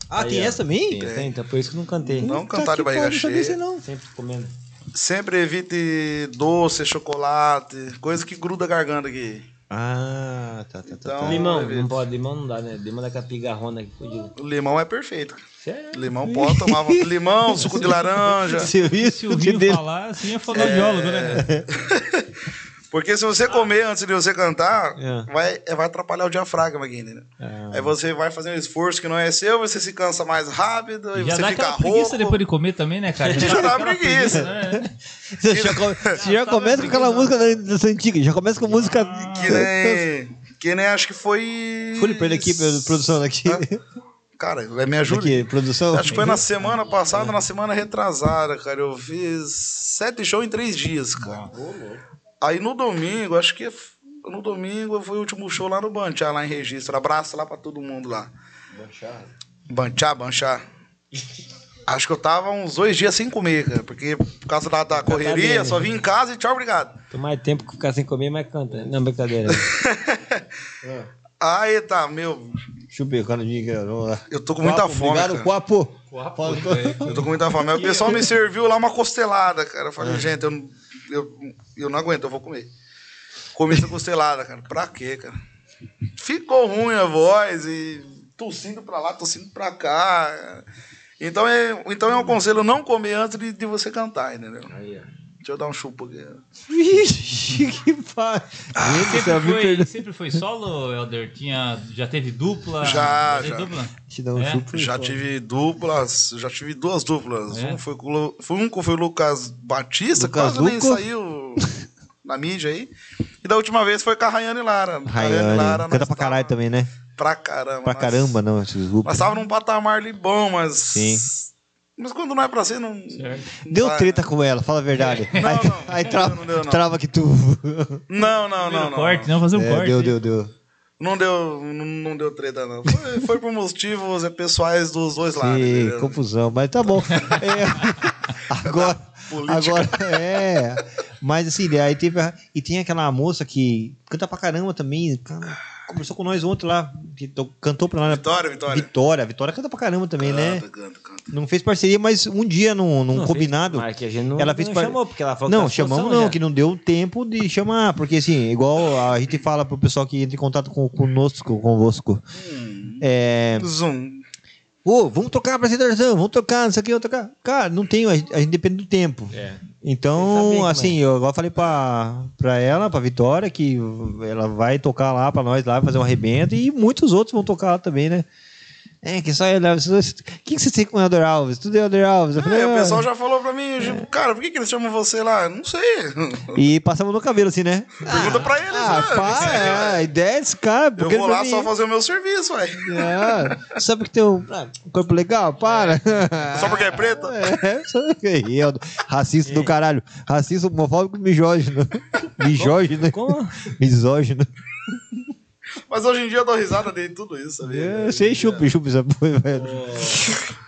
Ah, Aí, tem ó. essa também? Tem, tem, então por isso que eu não cantei. Não Puta cantar de que barriga pariu, não sabia cheia. disso, não. Sempre comendo. Sempre evite doce, chocolate, coisa que gruda a garganta aqui. Ah, tá, tá, tá. Então, limão, evite. não pode, limão não dá, né? Limão dá com a pigarrona aqui fodida. O limão é perfeito. Sério? Limão pode tomar. limão, suco de laranja. Você viu Se isso o que Rio dele? falar, assim é fonoaudiólogo, né? É. cara? Porque se você comer antes de você cantar, É. vai, é, vai atrapalhar o diafragma aqui, né? É. Aí você vai fazer um esforço que não é seu, você se cansa mais rápido, aí E Já você dá fica aquela rouco. preguiça depois de comer também, né, cara? Já dá aquela preguiça. né? Você já, come- você já começa com aquela música da- das antigas, já começa com música. Ah, Que nem, que nem acho que foi. Fui pra ele aqui, pra- produção aqui. Cara, vai me ajuda. Aqui, produção. Ah, Acho que foi na semana passada, na semana retrasada, cara. Eu fiz sete shows em três dias, cara. Aí no domingo, acho que f- no domingo foi o último show lá no Banchá, lá em Registro. Abraço lá pra todo mundo lá. Banchá? Banchá, Banchá. Acho que eu tava uns dois dias sem comer, cara, porque por causa da, da correria, bem, só vim em casa e tchau, obrigado. Tem mais tempo que ficar sem comer, mas canta. Não, brincadeira. Aí tá, meu. Chupecando de vamos lá. Eu tô com muita Quapo, fome. Obrigado, cara. Quapo. Coapo, Faltou. velho. Eu tô com muita fome. Aí o pessoal me serviu lá uma costelada, cara. Eu falei, gente, eu, não- eu, eu não aguento, eu vou comer. Comi essa costelada, cara. Pra quê, cara? Ficou ruim a voz e tossindo pra lá, tossindo pra cá. Então é, então é um conselho não comer antes de, de você cantar, entendeu? Deixa eu dar um chupo aqui. Vixe, que pariu. Ah, Gente, tá do céu, me Sempre é foi, perdoa. sempre foi solo, Helder? Tinha, já teve dupla? Já, teve já. dupla? Te dá um É, chupo. Já tive duplas, já tive duas duplas. É. Um, foi com o Lu- foi, um foi o Lucas Batista, Lucas quase nem Luco. saiu na mídia aí. E da última vez foi com a Rayane Lara. Rayane, canta nós pra caralho tava- também, né? Pra caramba. Pra nós- caramba, não, desculpa. Nós tava num patamar ali bom, mas. Sim. Mas quando não é pra ser, não. Certo. não Deu vai, né? treta com ela, fala a verdade. Não, aí não, aí não trava, deu, não deu, não. trava que tu. né? Não, não, Fazer não. um não. corte, não, fazer um É, corte. deu, deu, deu. Não deu, não, não deu treta, não. Foi, foi por motivos é, pessoais dos dois lados. Ih, entendeu? confusão, mas tá bom. É, agora, Tá política. agora é. Mas assim, né, aí teve a- e tem aquela moça que canta pra caramba também. cara, Conversou com nós ontem lá, que to- cantou pra nós. né? Vitória, Vitória. Ah, tá. Vitória, a Vitória canta pra caramba também, né? Canta, canta, canta. Não fez parceria, mas um dia num, num Não, combinado. Mas que a gente não, Ela fez não par- chamou, porque ela falou que Não, tá chamamos solução não, já. que não deu tempo de chamar, porque assim, igual a gente fala pro pessoal que entra em contato com, conosco, convosco. É, Zoom. Ô, vamos tocar a apresentação, vamos tocar, não sei o que, vamos tocar. Cara, não tem, a gente a gente depende do tempo. É. Tem que Então, saber, assim, eu igual falei pra, pra ela, pra Vitória, que ela vai tocar lá pra nós lá, fazer um arrebento, e muitos outros vão tocar lá também, né? É, que só ela. O que, que você tem com o Helder Alves? Tudo é Helder Alves. Eu falei, É, o "Ah." pessoal já falou pra mim, tipo, cara, por que, que eles chamam você lá? Não sei. E passamos no cabelo, assim, né? Pergunta pra eles, Ah, né? para, é, a ideia é esse cara. Eu porque vou pra lá mim- só fazer o meu serviço, ué. É, só porque tem um ah, corpo legal, para. Só porque é preta? É, só porque é Helder. Racista do caralho. Racista, homofóbico, mijógino. Mijógino. Como? Misógino. Mas hoje em dia eu dou risada de tudo isso, sabia? Eu sei, chupa, chupa essa porra, velho. Ô,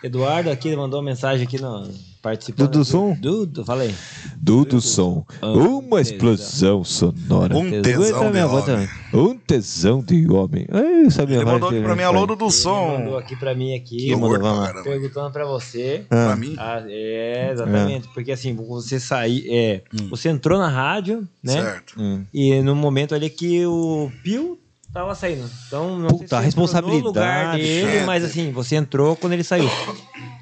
Eduardo aqui mandou uma mensagem aqui no participando. Dudu aqui. Som? Dudu, falei. Dudu Som, uma explosão sonora, Um Aguenta tesão de minha bota. homem. um tesão de homem. Ai, essa minha Ele voz mandou aqui que- pra mim, alô do Mandou som. aqui pra mim aqui, Que Eu mandou, gordo vamos lá. pra caramba. perguntando pra você. Pra mim? Ah, é, exatamente. Porque assim, você sair, é, você entrou na rádio, né? Certo. E no momento ali que o Pio tava saindo. Então, não Puta, sei se você entrou responsabilidade, no lugar dele, cara. mas assim, você entrou quando ele saiu.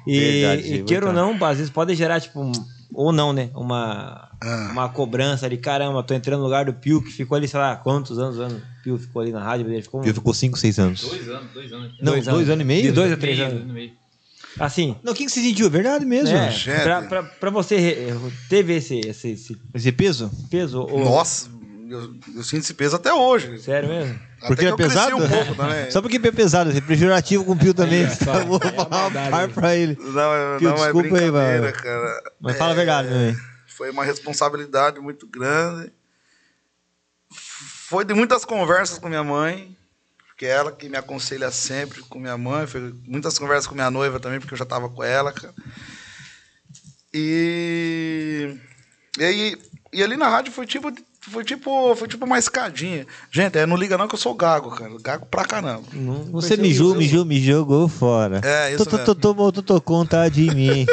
E, Verdade, e verdade. queira ou não, às vezes pode gerar, tipo, um- ou não, né? Uma, Ah. uma cobrança ali, caramba, tô entrando no lugar do Pio, que ficou ali, sei lá, quantos anos, anos o Pio ficou ali na rádio, ele ficou um- Eu ficou 5, 6 anos. Dois anos, dois anos. Não, dois anos e meio? De dois a três Meio, anos. no meio. Assim, Não, o que, que você sentiu? É verdade mesmo. é, gente. pra, pra, pra você, eh, teve esse, esse, esse Esse peso? peso? Ou... Nossa, eu, eu sinto esse peso até hoje. Sério mesmo? Porque até é que eu pesado? cresci um pouco também. Só porque é pesado, é pejorativo com o Pio também. só, Vou aí é falar maldade, par né? pra ele. Não, é- Pio, não é desculpa aí, brincadeira, mano. cara. Mas fala a verdade, meu velho. Foi uma responsabilidade muito grande. Foi de muitas conversas com minha mãe, porque ela que me aconselha sempre com minha mãe. Foi muitas conversas com minha noiva também, porque eu já estava com ela, cara. E, e aí, e ali na rádio foi tipo. Foi tipo, foi tipo uma escadinha. Gente, é, não liga não que eu sou gago, cara. Gago pra caramba. Não Você percebi, mijou, eu- mijou, me jogou fora. É, isso Tô, tô, mesmo. tô, tô, tô, tô conta de mim.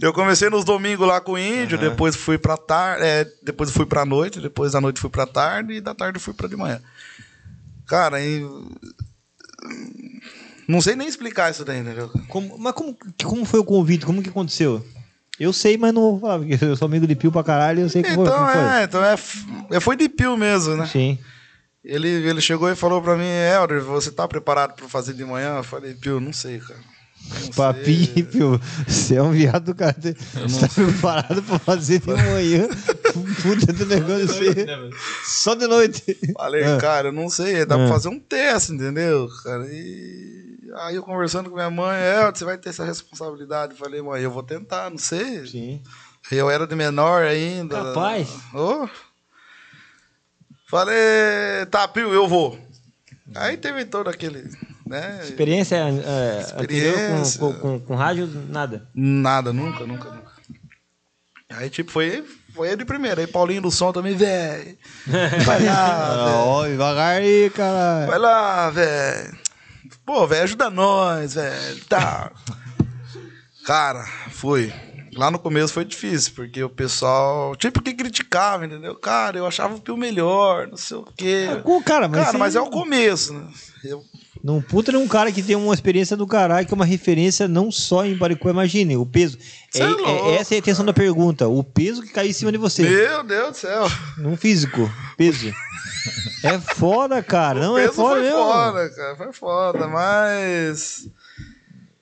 Eu comecei nos domingos lá com o índio, depois fui pra tarde, depois fui pra noite, depois da noite fui pra tarde e da tarde fui pra de manhã. Cara, e... não sei nem explicar isso daí, entendeu? Como- mas como, como foi o convite? Como que aconteceu? Eu sei, mas não vou falar, porque eu sou amigo de Pio pra caralho e eu sei que foi. Então como assim foi. é, então é, f- é foi de pio mesmo, né? Sim. Ele, ele chegou e falou pra mim, Helder, você tá preparado pra fazer de manhã? Eu falei, pio, não sei, cara. Não sei. Papi, Pio, você é um viado do cara. Você tá preparado pra fazer de manhã. Puta do negócio assim. Né, mano? Só de noite. Falei, Ah. cara, eu não sei, dá Ah. pra fazer um teste, entendeu, cara? E aí eu conversando com minha mãe, é, você vai ter essa responsabilidade. Falei, mãe, eu vou tentar, não sei. Sim. Eu era de menor ainda. Capaz. Ô. Falei, tá, Pio, eu vou. Aí teve todo aquele, né? Experiência, é, anterior com- Experiência. com, com, com rádio, nada. Nada, nunca, nunca, nunca. Aí, tipo, foi, foi ele primeiro. Aí Paulinho do som também, velho. Vai lá, velho. Ah, Ó, devagar aí, cara. Vai lá, velho. Pô, velho, ajuda nós, velho. Tá. Cara, fui. Lá no começo foi difícil, porque o pessoal, tipo, que criticava, entendeu? Cara, eu achava o Pio melhor, não sei o quê. Ah, com- cara, mas Cara, você- mas é o começo, né? Eu- Não puta num um cara que tem uma experiência do caralho, que é uma referência não só em Baricu, imagine, o peso. É, Cê é é- louco, essa é a intenção da pergunta. O peso que caiu em cima de você. Meu Deus do céu. Num físico. Peso. é foda, cara. Não, é peso foda foi mesmo. foda, cara. Foi foda, mas.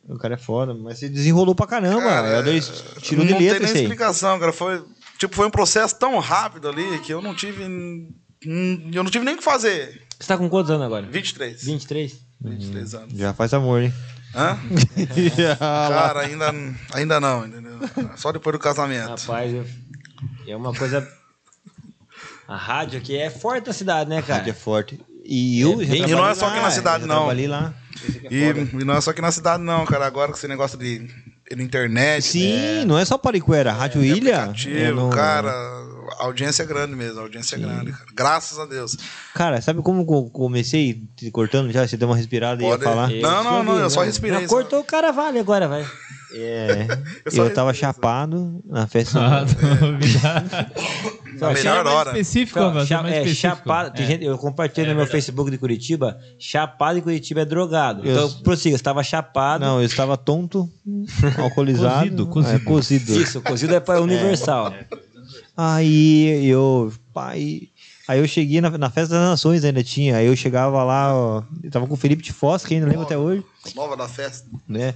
O cara é foda, mas você desenrolou pra caramba. Cara, é o dois tirou de não tem letra nem isso aí. explicação, cara. Foi, tipo, foi um processo tão rápido ali que eu não tive. hum, Eu não tive nem o que fazer. Você tá com quantos anos agora? 23. 23? 23 anos. Já faz amor, hein? Hã? Já Tá lá. Cara, ainda, ainda não, entendeu? Só depois do casamento. Rapaz, eu- é uma coisa. A rádio aqui é forte na cidade, né, cara? Rádio é forte. E eu É já bem- trabalhei e não é só lá, aqui na cidade, já não. trabalhei lá. E, e não é só aqui na cidade, não, cara. Agora com esse negócio de, de internet. Sim, não é só Paricuera, Rádio de Ilha. aplicativo, é no- cara. A audiência é grande mesmo, a audiência é grande, cara. Graças a Deus. Cara, sabe como eu comecei te cortando já? Você deu uma respirada e ia Pode- falar. Não, não, não, eu só respirei. né? Não, só. cortou o cara, vale agora, vai. É, Eu só eu, tava respirei, só. chapado na festa. Ah, tá. Na É. melhor É hora. específico, Então, Rafael, seja Cha- mais é, específico. chapado. Tem É. gente, eu compartilhei no meu Facebook de Curitiba. Chapado em Curitiba é drogado. Eu- Então, prossiga, você tava chapado. Não, eu estava tonto, alcoolizado. Cozido, cozido. É, cozido. Isso, cozido é para universal. Aí eu. Pai. Aí eu cheguei na, na festa das nações, ainda tinha. Aí eu chegava lá, ó, eu tava com o Felipe de Foz, que ainda lembro até hoje. Nova da festa. né?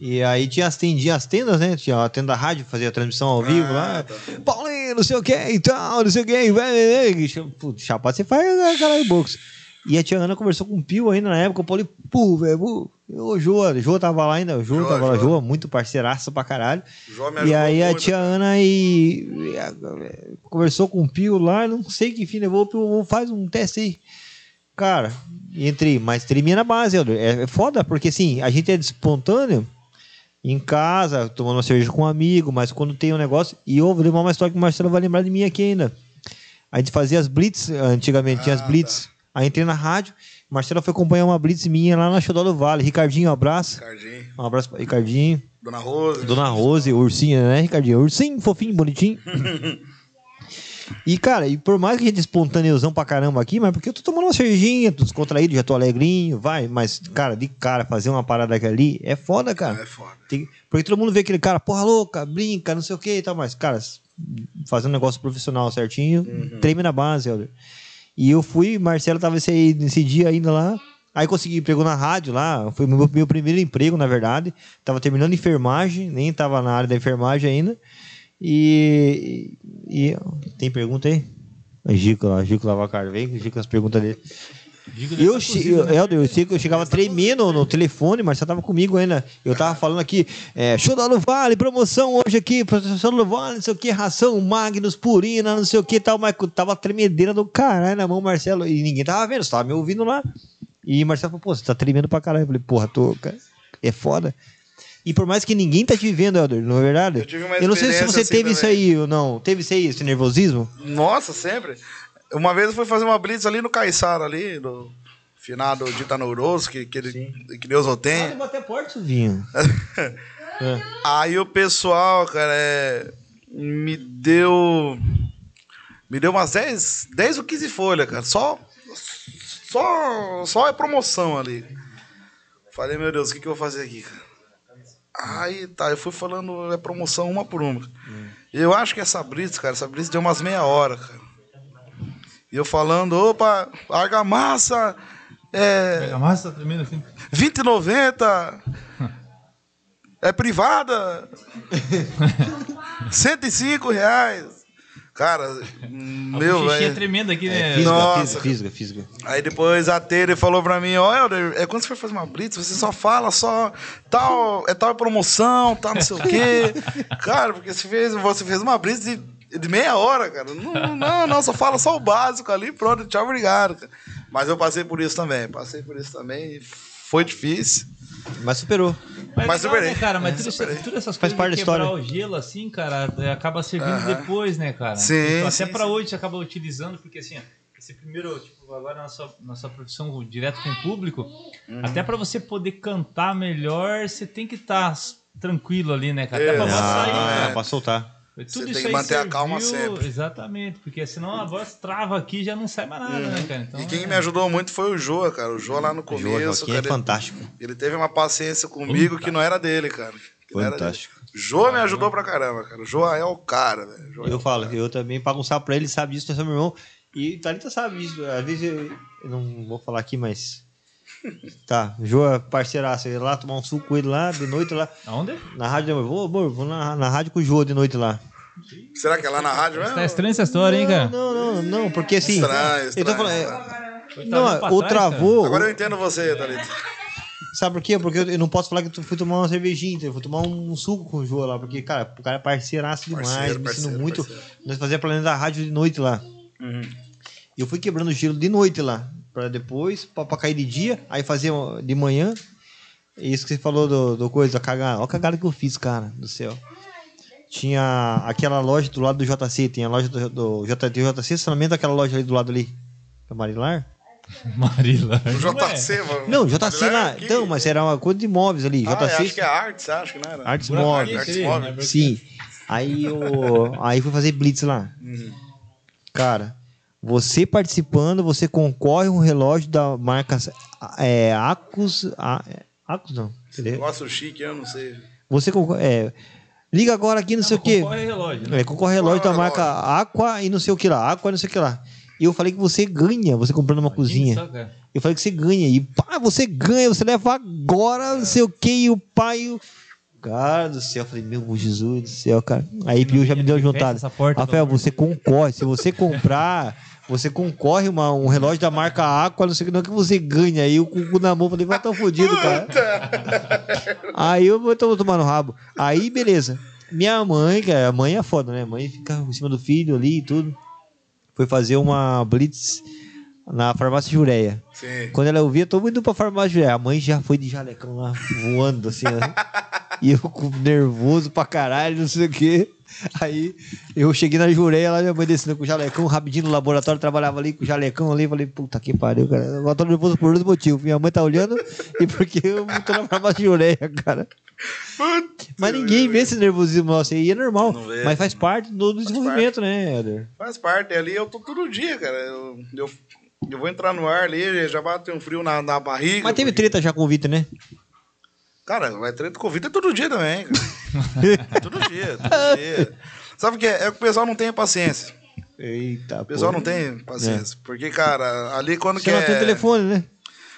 E aí tinha as tendinhas, as tendas, né? Tinha a tenda rádio, fazia a transmissão ao vivo lá. Paulinho, não sei o que e tal, não sei o que. Vai, vai, vai. Ch- Putz, chapado você faz, né, caralho, box. E a tia Ana conversou com o Pio ainda na época, o Paulinho, pô, velho, pô. o Joa, Joa tava lá ainda, o Joa, Joa, tava lá, Joa. Joa, muito parceiraça pra caralho. O João me E ajudou aí a muito. tia Ana e, e a- conversou com o Pio lá, não sei que fim levou, o Pio falou, faz um teste aí. Cara, entrei, mas tremia na base, Elder. é, é foda, porque assim, a gente é espontâneo em casa, tomando uma cerveja com um amigo, mas quando tem um negócio, e eu vou levar uma história que o Marcelo vai lembrar de mim aqui ainda. A gente fazia as blitz, antigamente tinha as Ah, blitz, aí entrei na rádio, o Marcelo foi acompanhar uma blitz minha lá na Xodó do Vale, Ricardinho, um abraço, Ricardinho, um abraço pra Ricardinho. Dona Rosa. Dona Rose, ursinha, né, Ricardinho? Ursinho, fofinho, bonitinho. e, cara, e por mais que a gente é espontaneuzão pra caramba aqui, mas porque eu tô tomando uma cervejinha, tô descontraído, já tô alegrinho, vai. Mas, cara, de cara, fazer uma parada ali é foda, cara. É foda. Tem- porque todo mundo vê aquele cara, porra louca, brinca, não sei o que e tal, mas, cara, fazer um negócio profissional certinho, treme na base, Helder. E eu fui, Marcelo tava esse, aí- nesse dia ainda lá, aí consegui emprego na rádio lá, foi meu, meu primeiro emprego, na verdade, tava terminando enfermagem, nem tava na área da enfermagem ainda, e... e tem pergunta aí? A Gico lá, Gico Lavacar, vem, Gico com as perguntas dele. Digo E Eu, dessa che- cozida, eu, né? Helder, eu sei que eu chegava tremendo no telefone, mas você tava comigo ainda. Eu tava falando aqui, é, show da Lu Vale, promoção hoje aqui, promoção do Vale, não sei o que, ração Magnus, Purina, não sei o que e tal, mas eu tava tremedeira do caralho na mão, Marcelo, e ninguém tava vendo, você tava me ouvindo lá. E Marcelo falou, pô, você tá tremendo pra caralho. Eu falei, porra, tô, cara, é foda. E por mais que ninguém tá te vendo, Helder, não é verdade? Eu tive uma não sei se experiência você assim teve isso também. aí ou não. Teve isso aí, esse nervosismo? Nossa, sempre. Uma vez eu fui fazer uma blitz ali no Caiçara, ali, no finado Dita Nouroso, que, que, ele, que Deus o tenha. até porta, Vinho. Aí o pessoal, cara, é, me deu. Me deu umas 10, 10 ou 15 folhas, cara. Só. Só, só é promoção ali. Falei, meu Deus, o que, que eu vou fazer aqui, cara? Aí tá, eu fui falando é promoção uma por uma. Eu acho que essa brisa, cara, essa brisa deu umas meia hora, cara. E eu falando, opa, argamassa, é, A massa tá tremendo assim. 20,90. É privada. 105 reais. Cara, A meu, bochechinha velho. é, tremenda aqui, né? Física, Nossa, física, cara. física, física. Aí depois a Tere falou pra mim, ó, Helder, é quando você for fazer uma blitz, você só fala, só tal, é tal promoção, tal não sei o quê. cara, porque você fez, você fez uma blitz de, de meia hora, cara. Não, não, não, só fala só o básico ali, pronto, tchau, obrigado. cara. Mas eu passei por isso também, passei por isso também, e foi difícil. Mas superou. Mas é legal, superei. né, cara? Mas tudo, superei. todas essas Faz coisas parte de da quebrar história. o gelo, assim, cara, é, acaba servindo Aham. depois, né, cara? Sim, Então, sim, até pra sim. hoje você acaba utilizando, porque assim, ó, esse primeiro, tipo, agora na sua, na sua profissão direto com o público, Uhum. até pra você poder cantar melhor, você tem que estar tranquilo ali, né, cara? Até pra Exato. você sair, Ah, cara. é, pra soltar. Tudo Você tem isso que aí manter a calma serviu- sempre. Exatamente, porque senão a voz trava aqui e já não sai mais nada, né, cara? Então, Uhum. E quem é- me ajudou muito foi o Joa, cara. O Joa lá no O começo, Joaquim é cara. ele- fantástico. Ele teve uma paciência comigo que não era dele, cara. Que não era dele. Fantástico. Jô me ajudou pra caramba, cara. O Jô é o cara, velho. Jô é Eu o falo, cara. eu também pago um sapo pra ele, ele sabe disso, nós somos irmão. E Thalita sabe disso. Às vezes eu, eu não vou falar aqui, mas. Tá, Joa, é parceiraço, eu ia lá tomar um suco com ele lá de noite lá. Aonde? é Na rádio, eu vou, amor, vou na, na rádio com o Joa de noite lá. Será que é lá na rádio mesmo? Tá estranha essa história, hein, cara? Não, não, não, porque assim. Estranho, eu tô estranho, falando, é, estranho. olhando pra não, o trás, cara. travou. Agora eu entendo você, Thalita. Sabe por quê? Porque eu eu não posso falar que tu fui tomar uma cervejinha, entendeu? eu fui tomar um suco com o João lá, porque, cara, o cara é parceiraço demais, Parceiro, me ensinou parceiro, muito. parceiro. Uhum. Nós fazíamos planejamento da rádio de noite lá. E eu fui quebrando o gelo de noite lá, pra depois, pra, pra cair de dia, aí fazia de manhã. E Isso que você falou do, do coisa, da cagada. Olha a cagada que eu fiz, cara, do céu. Tinha aquela loja do lado do JC, tem a loja do, do JT, JC, estacionamento daquela loja ali do lado ali, da Marilar. Marila. O tá JC, mano. Não, JC Lá lá, aqui. então, mas era uma coisa de imóveis ali, é Ah, JC. acho que é artes, acho que não era. Artes Buraco móveis. Artes Artes móveis. móveis. Sim. Aí eu, aí fui fazer blitz lá. Cara, você participando, você concorre um relógio da marca é, Acus, a- é, Acus não. entendeu? Negócio chique, eu não sei. Você concorre, é, liga agora aqui, não sei o quê. Concorre relógio, né? É, concorre relógio da Concorre marca Aqua e não sei o que lá, Aqua e não sei o que lá. E eu falei que você ganha, você comprando uma cozinha. Só, cara. Eu falei que você ganha. E pá, você ganha, você leva agora, não sei o que, e o pai. e o- Cara do céu, eu falei, meu Jesus do céu, cara. Aí Pio já me deu uma juntada. Essa porta, Rafael, pelo amor você concorre. Se você comprar, você concorre uma, um relógio da marca Aqua, não sei o que, não que você ganha. Aí eu com o cu na mão, falei, vai tão fodido, cara. Aí eu vou tô tomando rabo. Aí, beleza. Minha mãe, cara, a mãe é foda, né? A mãe fica em cima do filho ali e tudo. Foi fazer uma blitz na farmácia Jureia. Sim. Quando ela ouvia, tô indo pra farmácia. A mãe já foi de jalecão lá, voando, assim, né? E eu com- nervoso pra caralho, não sei o quê. Aí eu cheguei na Jureia, lá minha mãe descendo com o jalecão, rapidinho no laboratório, trabalhava ali com o jalecão ali, falei, puta que pariu, cara. Eu tô nervoso por dois motivos. Minha mãe tá olhando e porque eu tô na farmácia Jureia, cara. Mas ninguém vê esse nervosismo nosso aí, e é normal. Não vê. Mas faz parte do desenvolvimento, né, Eder? Faz parte ali, eu tô todo dia, cara. Eu, eu, eu vou entrar no ar ali, já bate um frio na, na barriga. Mas teve porque- treta já com o Vitor, né? Cara, vai treta com vida é todo dia também, cara. todo dia, é todo dia. Sabe o que é? É que o pessoal não tem paciência. Eita, O pessoal não tem paciência. Porque, cara, ali quando É. Chama que teu é... telefone, né?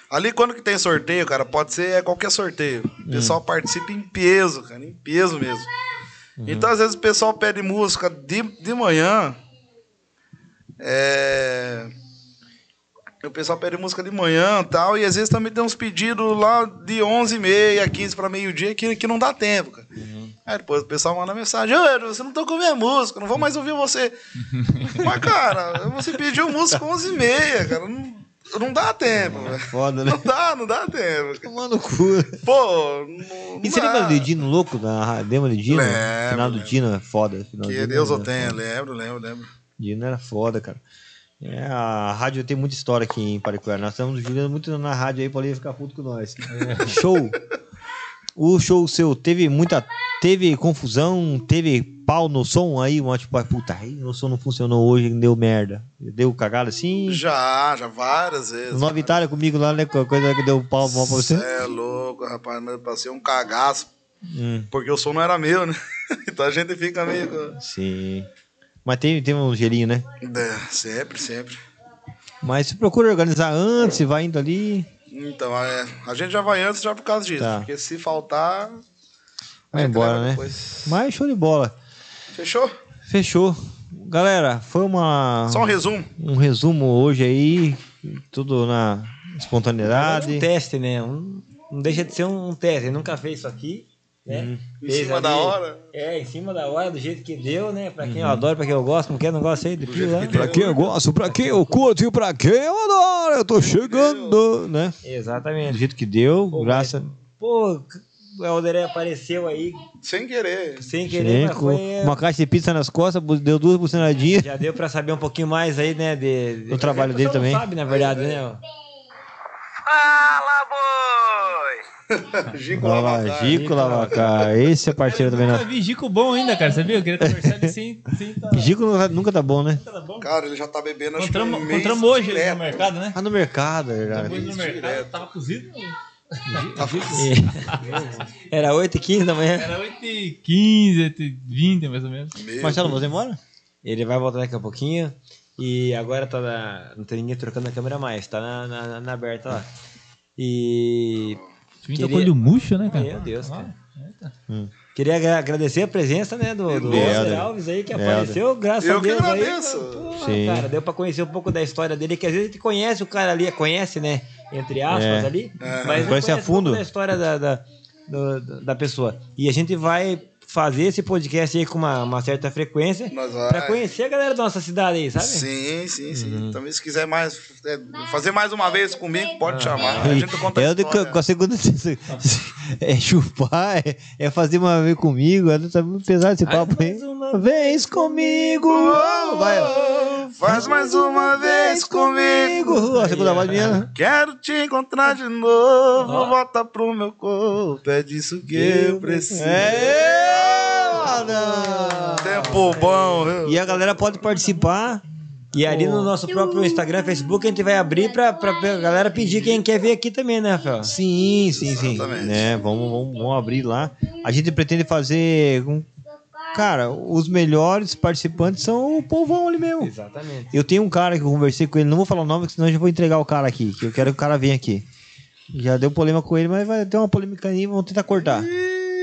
Ali quando que tem sorteio, cara, pode ser é, qualquer sorteio. O pessoal participa em peso, cara, em peso mesmo. Então, às vezes, o pessoal pede música de, de manhã. É... O pessoal pede música de manhã e tal, e às vezes também tem uns pedidos lá de 11h30, 15 para meio-dia, que, que não dá tempo, cara. Aí depois o pessoal manda mensagem, "Ô, Edu, você não tocou minha música, não vou mais ouvir você. Mas, cara, você pediu música 11h30, cara, não, não dá tempo, velho. Foda, né? Não dá, não dá tempo. cara. Tomando cu. Pô, não, não E você dá. lembra do Dino louco? Da demo do Dino? Lembro, final do lembro. Dino é foda. Final do Que Dino Deus era o tenha, lembro, lembro, lembro. Dino era foda, cara. É, a rádio tem muita história aqui em Paricuera. Nós estamos julgando muito na rádio aí pra ele ficar puto com nós. É. Show! O show seu teve muita. Teve confusão, teve pau no som aí, uma tipo, ah, puta, aí meu som não funcionou hoje, deu merda. Deu cagada assim. Já, já várias vezes. Nova Itália comigo lá, né? Coisa que deu pau mal pra Cê você. é louco, rapaz, mas eu passei um cagaço, Hum. porque o som não era meu, né? Então a gente fica meio. com- Sim. Mas tem, tem um gelinho, né? É, sempre, sempre. Mas você procura organizar antes, você vai indo ali. Então, é, a gente já vai antes já por causa disso. Tá. Porque se faltar. a Vai gente embora, leva né? depois. Mas show de bola. Fechou? Fechou. Galera, foi uma, Só um resumo. um resumo hoje aí. Tudo na espontaneidade. Um teste, né? Um, não deixa de ser um, um teste. Ele nunca fez isso aqui, né? Uhum. Em Fez cima da hora. Uhum. É, em cima da hora, do jeito que deu, né? Pra quem eu adoro, pra quem eu gosto, não quer negócio aí, de pio lá. Pra quem eu gosto, pra quem eu curto e pra quem eu adoro, eu tô chegando, né? Do Exatamente. jeito que deu, Pô, graça. Pô, c- o Elderé apareceu aí Sem querer. sem querer, Gente, mas com foi, né? uma caixa de pizza nas costas, bu- deu duas buceladinhas. já deu pra saber um pouquinho mais aí, né, de, de- O trabalho O pessoal dele não também. sabe, na verdade, É, né? Fala, boi! Gico Lavacar. Gico Lavacar, esse é parceiro Eu também. nunca Não. vi Gico Tá bom ainda, cara. Você viu? Eu queria conversar ele sem. sem tá, Gico nunca- nunca tá bom, né? tá bom. Cara, ele já tá bebendo acho que um Encontramos, mês encontramos hoje ele direto. É no mercado, né? Ah, no mercado, cara. Hoje no mercado, tava cozido. Era 8 h 15 da manhã. Era 8h15, 8h20 mais ou menos. Meu Marcelo, você embora? Ele vai voltar daqui a pouquinho. E agora tá na, não tem ninguém trocando a câmera mais, tá na, na- na aberta lá. E Queria... Queria- com olho murcho, né, cara? Meu Deus, cara. Eita. queria agra- agradecer a presença, né, do, do Helder. Helder Alves aí, que Helder. apareceu, graças Eu a que Deus. aí, agradeço. cara. Porra, Sim. cara, deu pra conhecer um pouco da história dele, que às vezes a gente conhece o cara ali, conhece, né, entre aspas É. ali, mas não Conhece a um pouco fundo. da história da, da, do- da pessoa. E a gente vai fazer esse podcast aí com uma, uma certa frequência, Nós vai. pra conhecer a galera da nossa cidade aí, sabe? Sim, sim, sim. Também se quiser mais, é, fazer mais uma vez comigo, pode chamar. A gente conta a Helder história. com- com a segunda. É chupar, é, é fazer uma vez comigo. Helder Tá muito pesado esse papo aí. Vez comigo! oh, vai, ó. Faz mais uma vez comigo. A segunda voz minha. né? Quero te encontrar de novo. Volta pro meu corpo. É disso que eu preciso. É, mano. Tempo bom. viu? E a galera pode participar. E ali no nosso próprio Instagram, Facebook, a gente vai abrir pra, pra pra galera pedir quem quer vir aqui também, né, Rafael? Sim, sim, sim. Exatamente. Né, vamos, vamos, vamos abrir lá. A gente pretende fazer. um- Cara, os melhores participantes são o povão ali mesmo. Exatamente. Eu tenho um cara que eu conversei com ele, não vou falar o nome, porque senão eu já vou entregar o cara aqui, que eu quero que o cara venha aqui. Já deu polêmica com ele, mas vai ter uma polêmica aí, vamos tentar cortar.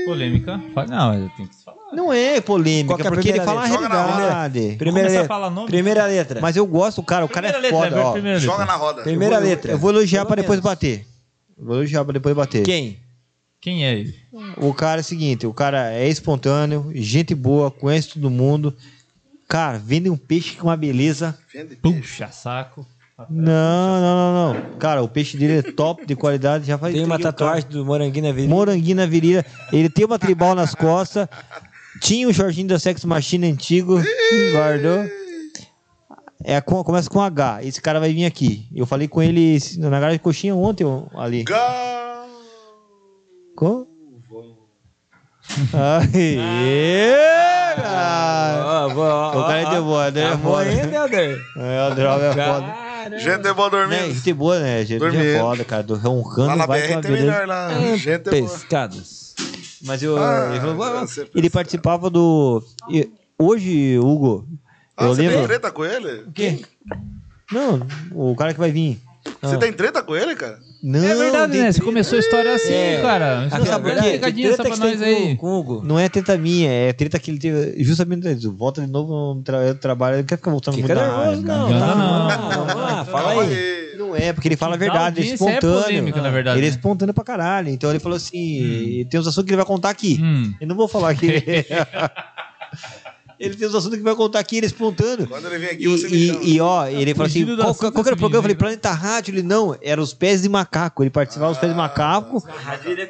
Polêmica. Fala- Não, eu tenho que falar. Não é polêmica, Qual que é a porque ele primeira fala a letra? Joga na realidade. Primeira Começa a letra. falar nome. Primeira letra. Mas eu gosto, cara, o cara Primeira é letra, foda, vai, ó. primeira letra. Joga na roda. Primeira letra. Eu vou elogiar pra Pelo depois menos. bater. Eu Vou elogiar pra depois bater. Quem? Quem é ele? O cara é o seguinte, o cara é espontâneo, gente boa, conhece todo mundo. Cara, vende um peixe com uma beleza. Vende peixe. Puxa saco. Não, não, não, não. Cara, o peixe dele é top de qualidade, já faz Tem uma entreguei o cara. tatuagem do Moranguinho na vida. Moranguinho na virilha. Ele tem uma tribal nas costas. Tinha o Jorginho da Sex Machine antigo. Guardou. É, com- começa com H. Esse cara vai vir aqui. Eu falei com ele esse- na garagem de coxinha ontem, ó, ali. Ga- Com? Aê, cara! Ó, vou, ó, O cara ó, é de boa, ó. né? Tá bom Foda. ainda, Helder? É, o droga é foda. Cara. Gente é boa Né, dormindo. gente boa, né? Gente Dormindo. é foda, cara. Do roncando, Lá na vai com uma BR tem beleza. melhor lá. Gente é boa. Pescados. Mas eu, Ah, ele, falou, "Vai, vai." você Ele pensa. participava do. e- Hoje, Hugo, Ah, eu você tem lembro. treta com ele? Quê? Não, o cara que vai vir. Você tem treta com ele, cara? Não, É verdade, tem né? Você treta. começou a história assim, É. cara. Aquela Dá uma verdade, explicadinha que treta só pra que você nós tem aí. Com, com o Hugo. Não é treta minha, é treta que ele teve. Justamente, volta de novo no tra trabalho. Ele quer ficar voltando Fica muito na nervoso, área, né? não. cara. tá? Não, não. Vamos lá, Vamos lá, fala Então, Calma aí. Não é, porque ele fala a Dá verdade, ele é audiência, é espontâneo. polêmica, na verdade, ele é né? espontâneo pra caralho. Então ele falou assim: tem uns assuntos que ele vai contar aqui. Hum. Eu não vou falar aqui. ele tem uns assuntos que vai contar aqui, ele é espontâneo. Quando ele vem aqui, E, você me chama. e, e, ó, ele falou assim: fugindo do qual, assunto, qual que era o fugindo, programa? Eu falei: né? Planeta Rádio. Ele não, era os pés de macaco. Ele participava dos pés de macaco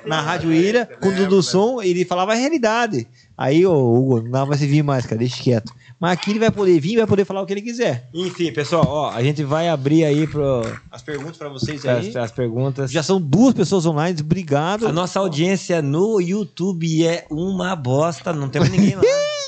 na Rádio Ilha, né? com o Dudu Som, ele falava a realidade. Aí, ô Hugo, não dá pra se vir mais, cara, deixa quieto. Mas aqui ele vai poder vir e vai poder falar o que ele quiser. Enfim, pessoal, ó, a gente vai abrir aí pro, As perguntas pra vocês as, as perguntas. Já são duas pessoas online, obrigado. A nossa audiência no YouTube é uma bosta, não temos ninguém lá.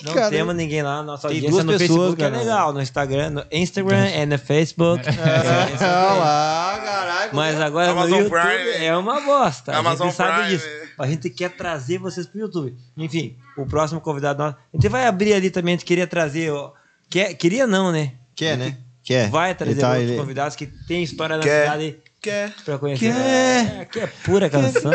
Não cara. temos ninguém lá, nossa Tem audiência duas no pessoas, Facebook é cara. legal, no Instagram, no Instagram e no Facebook. É, Ah, lá, caralho. Mas agora Amazon no YouTube Prime. é uma bosta. a Amazon gente sabe Prime. disso. A gente quer trazer vocês pro YouTube. Enfim, o próximo convidado nosso. A gente vai abrir ali também, a gente queria trazer. ó, quer- queria não, né? Quer, né? Quer. Vai trazer Ele tá- outros ele- convidados que tem história da Quer. cidade é. Quer? pra conhecer. Quer. É, que é pura canção.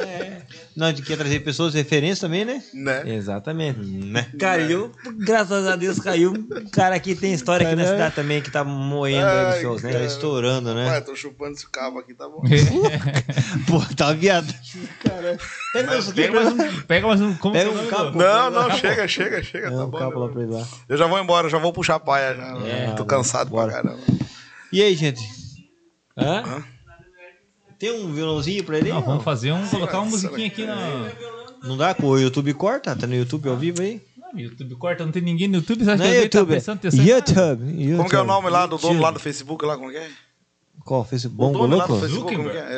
é. Não, a gente quer trazer pessoas de referência também, né? Né? Exatamente. né? Caiu, graças a Deus caiu. Um cara aqui tem história aqui na cidade também que tá moendo aí nos Ai, shows, né? Tá estourando, né? Ué, tô chupando esse cabo aqui, tá bom. Pô, tá viado. é Pega mais um. Pega mais um. Como Pega que é o um nome cabo. do- Não, não, chega, chega, chega. Tá Não, bom. capa lá É, pra ele lá. Eu já vou embora, já vou puxar a paia já. né? tô cansado pra caramba. E aí, gente? Hã? Tem um violãozinho pra ele? Não, vamos fazer um. Colocar uma será musiquinha aqui na. Não dá? O YouTube corta? Tá no YouTube ao vivo aí? Não, no YouTube corta, não tem ninguém no YouTube. Sabe Não que é alguém tá YouTube. é prestando atenção? YouTube. YouTube. Como que é o nome lá do dono Mentira. lá do Facebook lá? Como que é? Qual? Fez o O bongo dono lá do louco? Facebook. Como que é?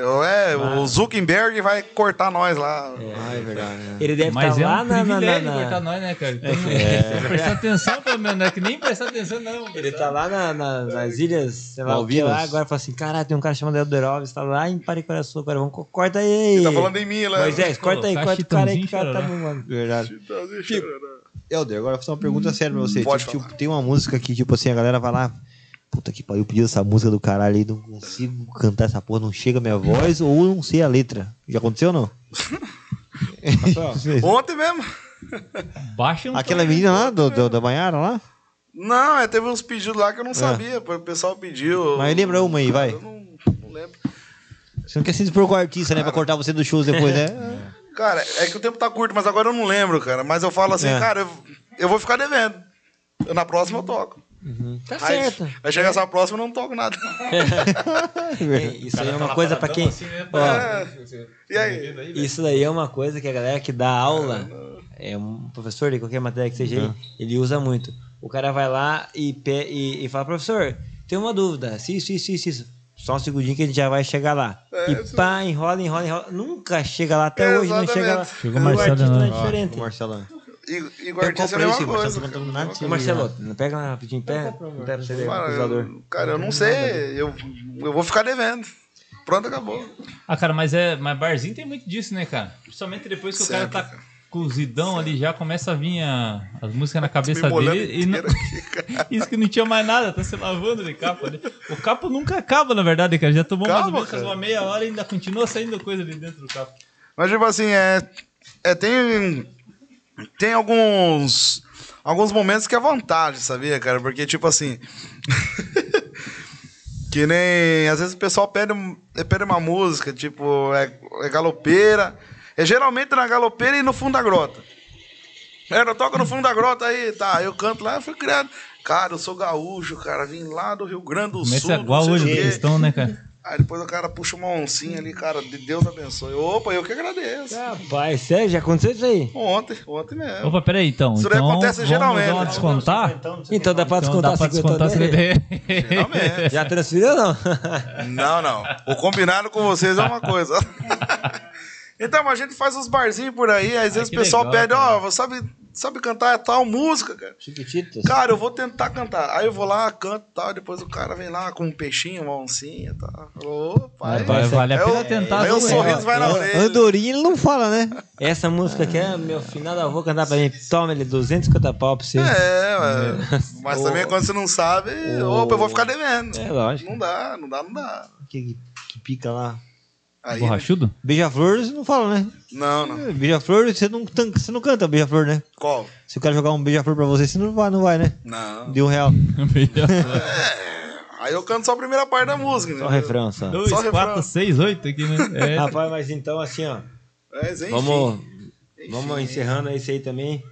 É, o Zuckerberg vai cortar nós lá. Ah, é verdade. né? Ele deve estar Mas é um lá na, na, na, privilégio na- cortar nós, né, cara? Então, é. prestar atenção, pelo menos, né? Que nem prestar atenção, não. Ele tá lá na- na- nas ilhas, sei lá, o que Malvinas. lá, agora fala assim, caralho, tem um cara chamado Helder Alves, tá lá em Paricoraçu, agora vamos, co- corta aí. Ele tá falando em mim lá. é. Moisés, corta aí, Colocar corta o cara aí que o cara Chitãozinho tá chorando. bombando. Verdade. Tá se Tipo, chorando. Helder, agora eu faço uma pergunta séria pra você. Hum, Pode Tipo, tipo, falar. tem uma música que, tipo assim, a galera vai lá. Puta que pariu, eu pedi essa música do caralho aí, não consigo cantar essa porra, não chega a minha voz ou não sei a letra. Já aconteceu ou não? Ontem mesmo. Baixa um Aquela menina lá, do, do- da Banhara lá? Não, é, teve uns pedidos lá que eu não sabia. O pessoal pediu. Ah. Mas lembra uma aí, vai. Eu não, não lembro. Você não quer se dispor com o artista, né? Pra cortar você dos shows depois, né? Cara, é que o tempo tá curto, mas agora eu não lembro, cara. Mas eu falo assim, É. cara, eu, eu vou ficar devendo. Eu, na próxima eu toco. Tá Aí, certo. aí chega essa próxima eu não toco nada. É, isso tá aí é uma coisa Então, pra assim, quem... né? ó, E aí? isso daí é uma coisa que a galera que dá aula, é um professor de qualquer matéria que Uhum. seja aí, ele usa muito. O cara vai lá e, pe- e, e fala, professor, tem uma dúvida, se isso, isso, isso, isso. Só um segundinho que a gente já vai chegar lá. É, e pá, enrola, enrola, enrola. Nunca chega lá, até É, hoje não chega lá. exatamente. Chegou o Marcelo, artista né? é diferente. Marcelo. E, e Eu guardei essa é comprei esse, mesma Marcelo, coisa. você não tá cara. dando nada de Ô Marcelo, pega lá rapidinho, pega, pega pra você ver o Cara, acusador. eu, cara, eu não sei. Eu, eu vou ficar devendo. Pronto, acabou. Ah, cara, mas é. Mas barzinho tem muito disso, né, cara? Principalmente depois que o Sempre, cara tá cara. cozidão ali, já começa a vir a- as músicas na Me cabeça molhando dele. E não- inteiro aqui, cara. isso que não tinha mais nada, tá se lavando de capa. né? O capo nunca acaba, na verdade, cara. Já tomou Acaba, mais ou menos cara. uma meia hora e ainda continua saindo coisa ali dentro do capo. Mas, tipo assim, é, é tem, tem alguns, alguns momentos que é vantagem, sabia, cara? Porque, tipo assim. que nem. Às vezes o pessoal pede, um- pede uma música, tipo, é, é galopeira. É geralmente na galopeira e no fundo da grota. É, eu toco no fundo da grota aí, tá? Eu canto lá, eu fui criado. Cara, eu sou gaúcho, cara. Vim lá do Rio Grande do Começa Sul. não é igual sei hoje, o quê. eles estão, né, cara? Aí depois o cara puxa uma oncinha ali, cara, de Deus abençoe. Opa, eu que agradeço. Rapaz, sério, já aconteceu isso aí? Ontem, ontem mesmo. É. Opa, peraí, então. É. Isso daí então, acontece vamos geralmente. né? dar uma descontar? Então dá pra Então descontar dá 50 pra descontar dele? 50 Realmente. Já transferiu ou não? Não, não. O combinado com vocês é uma coisa. então, a gente faz uns barzinhos por aí, às vezes que o pessoal legal, pede, cara. ó, você sabe, sabe cantar tal música, cara? Chiquititas. Cara, eu vou tentar cantar. Aí eu vou lá, canto e tal, depois o cara vem lá com um peixinho, uma oncinha e tal. Opa, aí- Vai, vale a é pena o- tentar. Aí o viu, sorriso vai na Andorinha orelha. Andorinha ele não fala, né? Essa música aqui é meu final da avó cantar pra mim. Toma ele 250 pau pra você. É, ué. mas O- também quando você não sabe, opa, eu vou ficar devendo. É, lógico. Não dá, não dá, não dá. Que, que pica lá. Aí, Borrachudo? Beija-flor, você não fala, né? não, não. Beija-flor, você não, tan- você não canta beija-flor, né? Qual? Se o cara jogar um beija-flor pra você, você não vai, não vai, né? Não. De um real. Aí eu canto só a primeira parte da música. Só o entendeu? refrão, só. 2, Só refrão. 4, 6, 8 aqui, né? É. Rapaz, mas então assim, ó. É, Mas, enfim. Vamos, vamos encerrando isso aí também.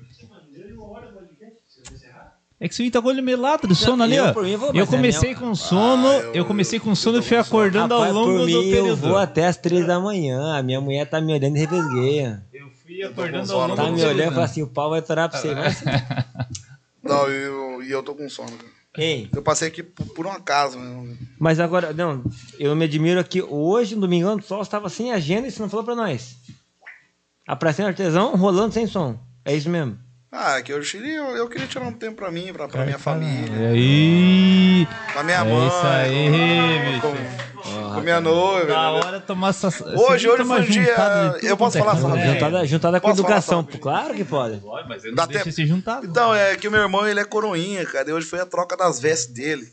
É que você tá com o olho melado de sono ali, eu, ó. por mim, vou, eu mas é comecei mesmo. com sono, eu, comecei com sono e fui acordando Rapaz, ao longo por do mim, eu período. vou até as 3 da manhã. A minha mulher tá me olhando e revesgueia. Eu fui acordando ao longo Tá do me olhando e fala assim, o pau vai torar pra Tá você. Vai se Não, e eu, e eu tô com sono. cara. Ei, Eu passei aqui por, por um acaso. mesmo. mas agora, não, eu me admiro que hoje, no domingão, o sol estava sem agenda e você não falou pra nós. A pracinha do artesão rolando sem som. É isso mesmo. Ah, é que eu queria, eu, eu queria tirar um tempo pra mim, pra, pra minha família, E aí? pra minha É mãe. isso aí, com, com- com minha noiva. Da entendeu? hora tomar essa. Hoje- hoje foi um dia- eu posso né? falar só rapidinho? juntada. Juntada, juntada com É. Posso falar educação. só? claro que pode. Mas eu Dá não deixa tempo. se juntar. não. Então, é que o meu irmão, ele é coroinha, cara. E hoje foi a troca das vestes dele.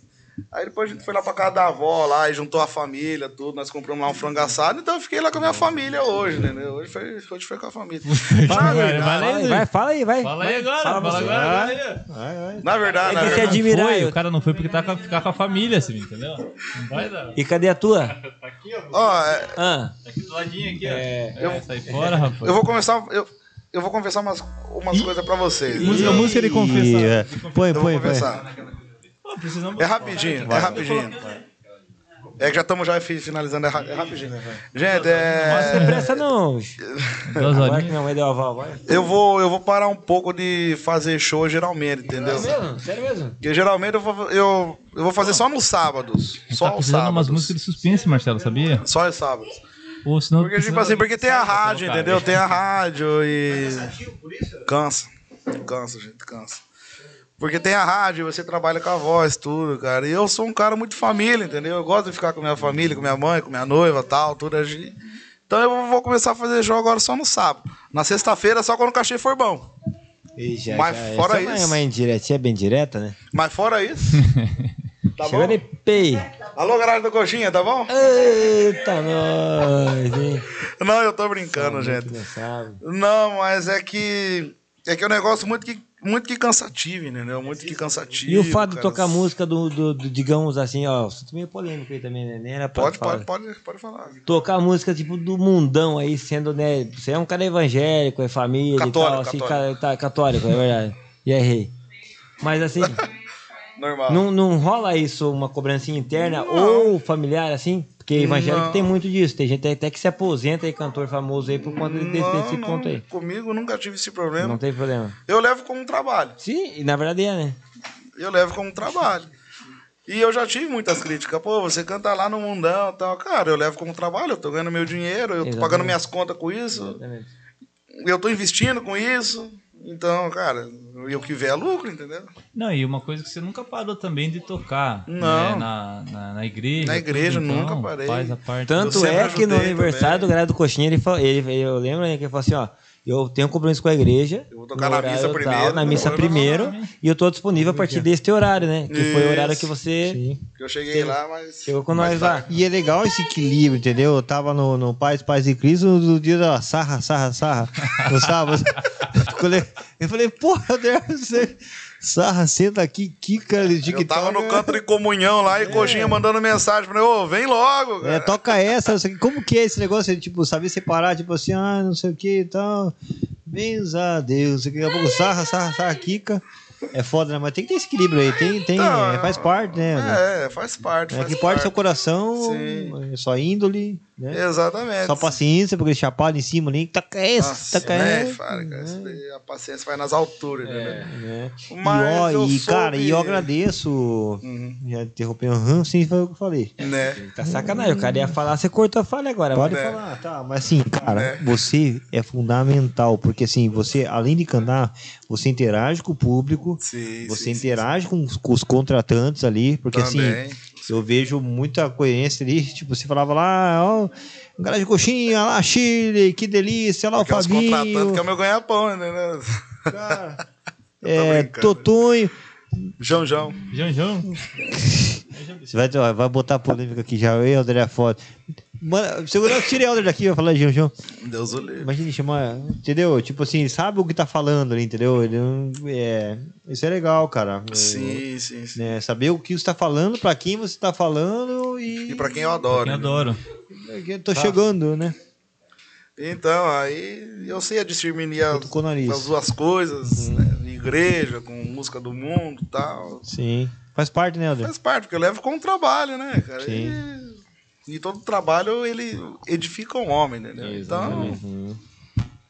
Aí depois a gente foi lá pra casa da avó, lá, e juntou a família, tudo. Nós compramos lá um frango assado. Então eu fiquei lá com a minha família hoje, entendeu? Hoje foi, hoje foi com a família. na Vai, verdade, vai lá, Vai, vai, fala aí, vai. Fala aí agora, fala fala, você. agora. Vai. na verdade, na Tem que verdade. admirar. Foi, eu- o cara não foi porque tá com, ficar com a família, assim, entendeu? Não vai dar. E cadê a tua? Ó, é- Ah, Aqui do ladinho aqui, ó. É. É, sai fora, rapaz. Eu vou começar. Eu, eu vou confessar umas, umas coisas pra vocês. Música, eu música ele confessa. E, é, Põe, vou põe, põe. confessar. Pô, precisamos- É rapidinho, é rapidinho. É que já estamos já fi- finalizando, é ra- é rapidinho. Gente, Não tem é, pressa, não. Duas Agora que horinhas. minha mãe deu a val, vai. eu, vou, eu vou parar um pouco de fazer show geralmente, entendeu? Sério É mesmo? Sério mesmo? Porque geralmente eu vou, eu, eu vou fazer só nos sábados. Só tá precisando os umas sábados. músicas de suspense, Marcelo, sabia? Só os sábados. Ou senão Porque, tipo assim, porque tem a rádio, entendeu? Tem a rádio e. Cansa. Cansa, gente, cansa. Porque tem a rádio, você trabalha com a voz, tudo, cara. E eu sou um cara muito família, entendeu? Eu gosto de ficar com minha família, com minha mãe, com minha noiva tal, tudo. a gente- Então eu vou começar a fazer jogo agora só no sábado. Na sexta-feira, só quando o cachê for bom. E já- Mas fora essa isso- É uma indiretinha bem direta, né? Mas fora isso. Tá Chegou de bom? pei. Alô, galera do Coxinha, tá bom? Eita, nós, hein? Não, eu tô brincando, gente. Não sabe. Não, mas é que. É que é um negócio muito que, muito que cansativo, entendeu? Muito que cansativo. E o fato de cara. tocar música do, do, do- digamos assim, ó, isso meio polêmico aí também, né? Nem era pra Pode, falar. pode, pode, pode falar. Tocar música tipo do mundão aí, sendo, né? Você é um cara evangélico, é família Católico, e tal, assim, católico. ca- tá, católico, é verdade. E errei. Mas assim, Normal. não, não rola isso, uma cobrancinha interna ou familiar, assim? Porque evangélico Não. tem muito disso. Tem gente até que se aposenta aí, cantor famoso aí, por conta desse, desse não, ponto aí. Comigo nunca tive esse problema. Não tem problema. Eu levo como trabalho. Sim, e na verdade é, né? Eu levo como trabalho. E eu já tive muitas críticas. Pô, você canta lá no mundão e tal. Cara, eu levo como trabalho, eu tô ganhando meu dinheiro, eu tô Exatamente. pagando minhas contas com isso, né? eu tô investindo com isso. Então, cara, e o que vier é lucro, entendeu? Não, e uma coisa que você nunca parou também de tocar. Não. Né? Na, na, na igreja. Na igreja, tudo, então, nunca parei. Faz a parte. Eu Tanto sempre é que no ajudei aniversário também. do Galera do Coxinha, ele, fa- ele, ele- eu lembro né, que ele falou assim, ó, eu tenho compromisso com a igreja. Eu vou tocar no na missa horário primeiro, na missa depois eu vou primeiro. E eu tô disponível a partir deste horário, né? Que foi o horário que Isso. você Eu cheguei lá, mas. chegou com mas nós tá. lá. E é legal esse equilíbrio, entendeu? Eu tava no, no Paz, Paz e Cristo no dia da sarra, sarra, sarra. No sábado. Quando eu- eu falei, porra, Deus, você... Sarra, senta aqui, Kika, Eu tava né? no canto de comunhão lá e Coxinha mandando mensagem pra mim, ô, vem logo, É, cara. toca essa, não sei o quê. como que é esse negócio de, tipo, saber separar, tipo assim, ah, não sei o que e tal. Benza a Deus, daqui a pouco sarra, sarra, sarra, Kika. É foda, né? Mas tem que ter esse equilíbrio aí, tem, tem, Então, é, faz parte, né? É, faz parte, É, faz que parte do parte. seu coração, Sim. é só índole, né? Exatamente. Só paciência, porque chapado em cima ali, taca essa, Nossa, taca né, essa. cara, cara, isso daí, a paciência vai nas alturas, né? né? Mas e ó, eu e, soube- Uhum. cara, e eu agradeço. Já interrompeu, aham, sim, foi o que eu falei. Né? Tá sacanagem, o cara ia falar, você cortou a falha agora. Pode mas- É. falar, tá, mas assim, cara, É. você é fundamental, porque assim, você, além de cantar, você interage com o público, Sim, você sim, sim, interage Com, os, com os contratantes ali, porque assim, Também. eu vejo muita coerência ali, tipo, você falava lá, ó, galera de coxinha, lá, Chile, que delícia, lá Porque o os contratantes Fabinho, que é o meu ganha-pão, né? né? cara, Eu tô é, brincando. Totonho, João João. João, João. Você vai, ó, vai botar polêmica aqui já, eu e André foto. Mano, segurança, tira o André daqui, vai falar João João. Deus o livre. Imagina ele chamar, entendeu? Tipo assim, sabe o que tá falando ali, entendeu? Ele não- é, isso é legal, cara. É, Sim, sim, sim. né, saber o que você tá falando, pra quem você tá falando e. é E pra Tá. quem eu adoro. Eu né? adoro. Eu tô chegando, né? Então, aí eu sei a discernir as, Cutucou o nariz. Uhum. as duas coisas, né? Igreja, com música do mundo e tal. Sim. Faz parte, né, André? Faz parte, porque eu levo como trabalho, né, cara? E, e todo trabalho, ele edifica um homem, entendeu? Então, Uhum.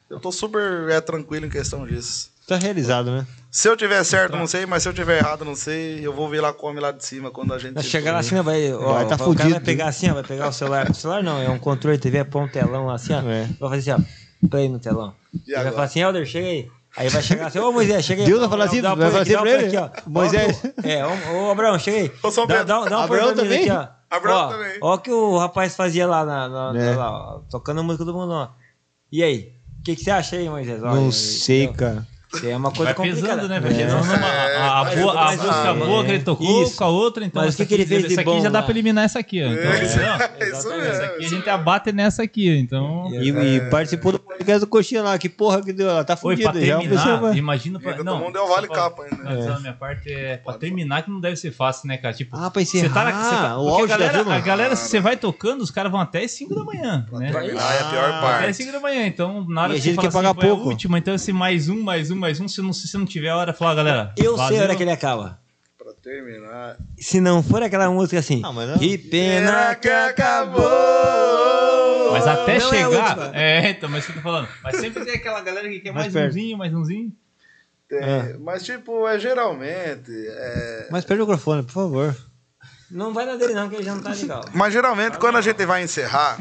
eu tô super é, tranquilo em questão disso. Tá realizado, né? Se eu tiver Tá. certo, não sei, mas se eu tiver errado, não sei. Eu vou ver lá come lá de cima quando a gente. Vai chegar lá assim, ó, vai, ó, Vai tá o cara fudido. vai pegar assim, ó, vai pegar o celular. O celular não, é um controle de TV, é pra um telão assim, ó. É. Vai fazer assim, ó. Play no telão. Ele vai agora? falar assim, Helder, chega aí. Aí vai chegar assim, ô Moisés, chega aí. Deus vai Dá um- falar assim, dá um vai play falar aqui, assim dá um pra play ele? aqui, ó. Moisés. Dá um- É, ô, ô Abrão, chega aí. Ô, São Dá, Pedro. dá, um- dá um Abrão play pra mim também? Aqui, ó. Abrão Ó, também. Ó o que o rapaz fazia lá, na, na- É. lá, ó, tocando a música do mundo, ó. E aí? O que, que você acha aí, Moisés? Tá, Olha, não aí, sei, então. ó, cara. É uma coisa Vai complicada. pesando, né? É. Porque não, não, a, a, mas boa, a, mas o- música boa que é, ele tocou isso. com a outra, então. Mas o que essa que ele aqui- fez de Essa bom aqui já dá lá? pra eliminar essa aqui, ó. Então, entendeu? É isso Essa mesmo. aqui a gente abate nessa aqui, então. E, é. e participou do podcast do Coxinha lá, que porra que deu lá, tá Oi, pra fudido já. terminar, Você- imagina pra. Ainda não, todo mundo é o só vale pra- capa ainda. Não, só a minha parte é pra terminar que não deve ser fácil, né, cara? Tipo, Ah, pra você tá na. Você encerrar, o tá, porque a auge da galera, turma. a galera, se você vai tocando, os caras vão até as 5 da manhã, né? Terminar é a Ah, pior Até parte. 5 da manhã, então na E hora a que você gente fala quer pagar assim, "Pô, é a pouco." última, então esse mais um, mais um, mais um, se não, se você não tiver a hora, fala, galera. Eu sei é. a valeu. hora que ele acaba. terminar. Se não for aquela música assim. Ah, mas não. Que pena que acabou. Mas Não é até a chegar. última. É, então, mas isso que eu tô falando. Mas sempre tem aquela galera que quer Mais mais, perto. umzinho, mais umzinho. Tem, Ah. É. Mas, tipo, é geralmente. é- Mas perde o microfone, por favor. Não vai na dele, não, que ele já não tá legal. Mas geralmente, quando a gente vai encerrar,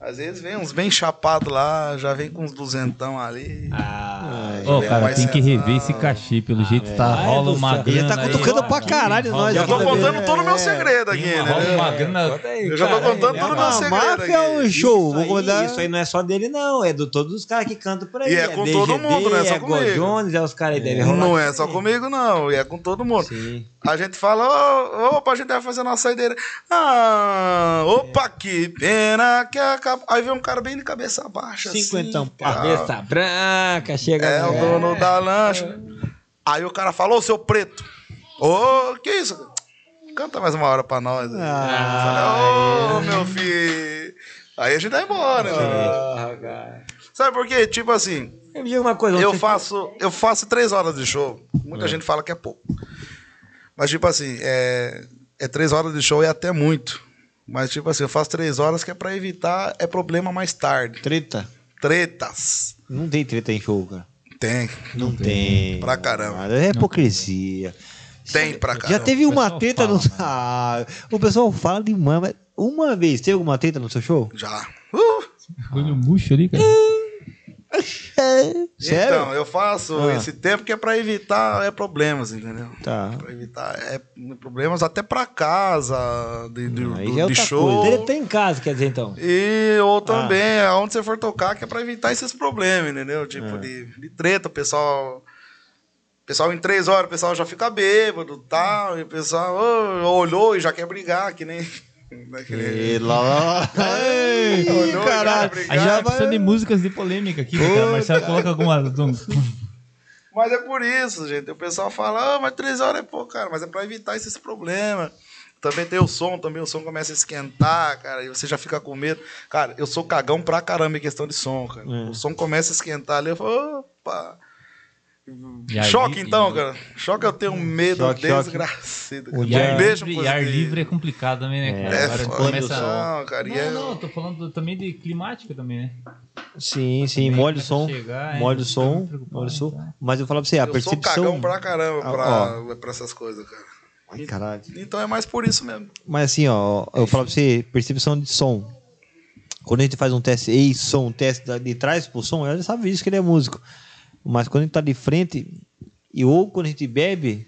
às vezes vem uns bem chapados lá, já vem com uns duzentão ali. Ah, Ô, Juliano, cara, mas tem é- que rever esse cachê. Pelo Ah, jeito tá é. vai rola do uma céu. Ele grana. tá aí, cutucando ó. pra caralho Rola- nós Eu tô aqui, contando né? todo o meu É. segredo aqui, Tem uma- rola né? Ah, uma grana. é, Conta aí, Eu já tô cara, contando né? tudo Não, no meu Não, segredo máfia é aqui. um show. Vou Isso mandar. aí, isso aí não é só dele, não. É de todos os caras que cantam por aí. E é com todo mundo, não é só é comigo. Jones, é os caras aí devem rolar. Não é isso só aí. comigo, não. E é com todo mundo. Sim. A gente fala, "Ô, opa, a gente vai fazer nossa saideira. Ah, opa, que pena que acabou. Aí vem um cara bem de cabeça baixa, Cinquentão, assim. cara. então, Cabeça branca, chega. É o lá. dono da lancha. Aí o cara falou, ô, seu preto. Ô, que isso? cara? Canta mais uma hora pra nós. aí. Falei, ô, meu filho. Aí a gente vai embora, né? Porra, cara. Sabe por quê? Tipo assim, Eu me diga uma coisa. eu você- faço, eu faço três horas de show. Muita gente fala que é pouco. Mas, tipo assim, é, é três horas de show e até muito. Mas, tipo assim, eu faço três horas que é pra evitar é problema mais tarde. Treta. Tretas. Não tem treta em show, cara. Tem. Não tem. Pra caramba. Nada, É hipocrisia. Tem pra Já caramba. teve o uma pessoal treta fala, no. mano. Ah, o pessoal fala demais, mas uma vez teve alguma treta no seu show? Já. Uh! Olho murcho ali, cara. É. Sério? Então, eu faço Ah. esse tempo que é pra evitar é, problemas, entendeu? Tá. Pra evitar é, problemas até pra casa, de, de- Aí já do- é de outra show. coisa. Ah. Ele tá em casa, quer dizer, então. E ou também, aonde você for tocar, que é pra evitar esses problemas, entendeu? Tipo, Ah. de, de treta, o pessoal. o Pessoal, em três horas, o pessoal já fica bêbado e tal. E o pessoal ô, olhou e já quer brigar, que nem. né, que nem- E lá, lá, lá. Ei, é. Olhou, caralho. cara, A gente Já tá precisando de vai. músicas de polêmica aqui, né, cara. Marcelo coloca alguma. um- Mas é por isso, gente. O pessoal fala, ah, mas três horas é pouco, cara. Mas é pra evitar esses problemas. Também tem o som, também o som começa a esquentar, cara, e você já fica com medo. Cara, eu sou cagão pra caramba em questão de som, cara. É. O som começa a esquentar ali, eu falo, opa! E ar choque livre, então, né? cara. Choque eu tenho medo Choque, choque. desgraçado. O Cara. E ar, Um beijo livre, pro e ar livre é complicado também, né, cara? É, Agora foda começa. não, cara. e é- Não, não, eu tô falando do- também de climática também, né? Sim, sim, molha o Começa a som. chegar, é, Molha o fica som. muito preocupado, Molha o som. tá? Mas eu falo pra você, a eu sou percepção. cagão pra caramba Ah, pra, pra essas coisas, cara. Ai, caralho. Então é mais por isso mesmo. Mas assim, ó, eu falo pra você, percepção de som. Quando a gente faz um teste, ei, som, um teste da- de trás pro som, ela já sabe isso que ele é músico. Mas quando a gente tá de frente, e ou quando a gente bebe,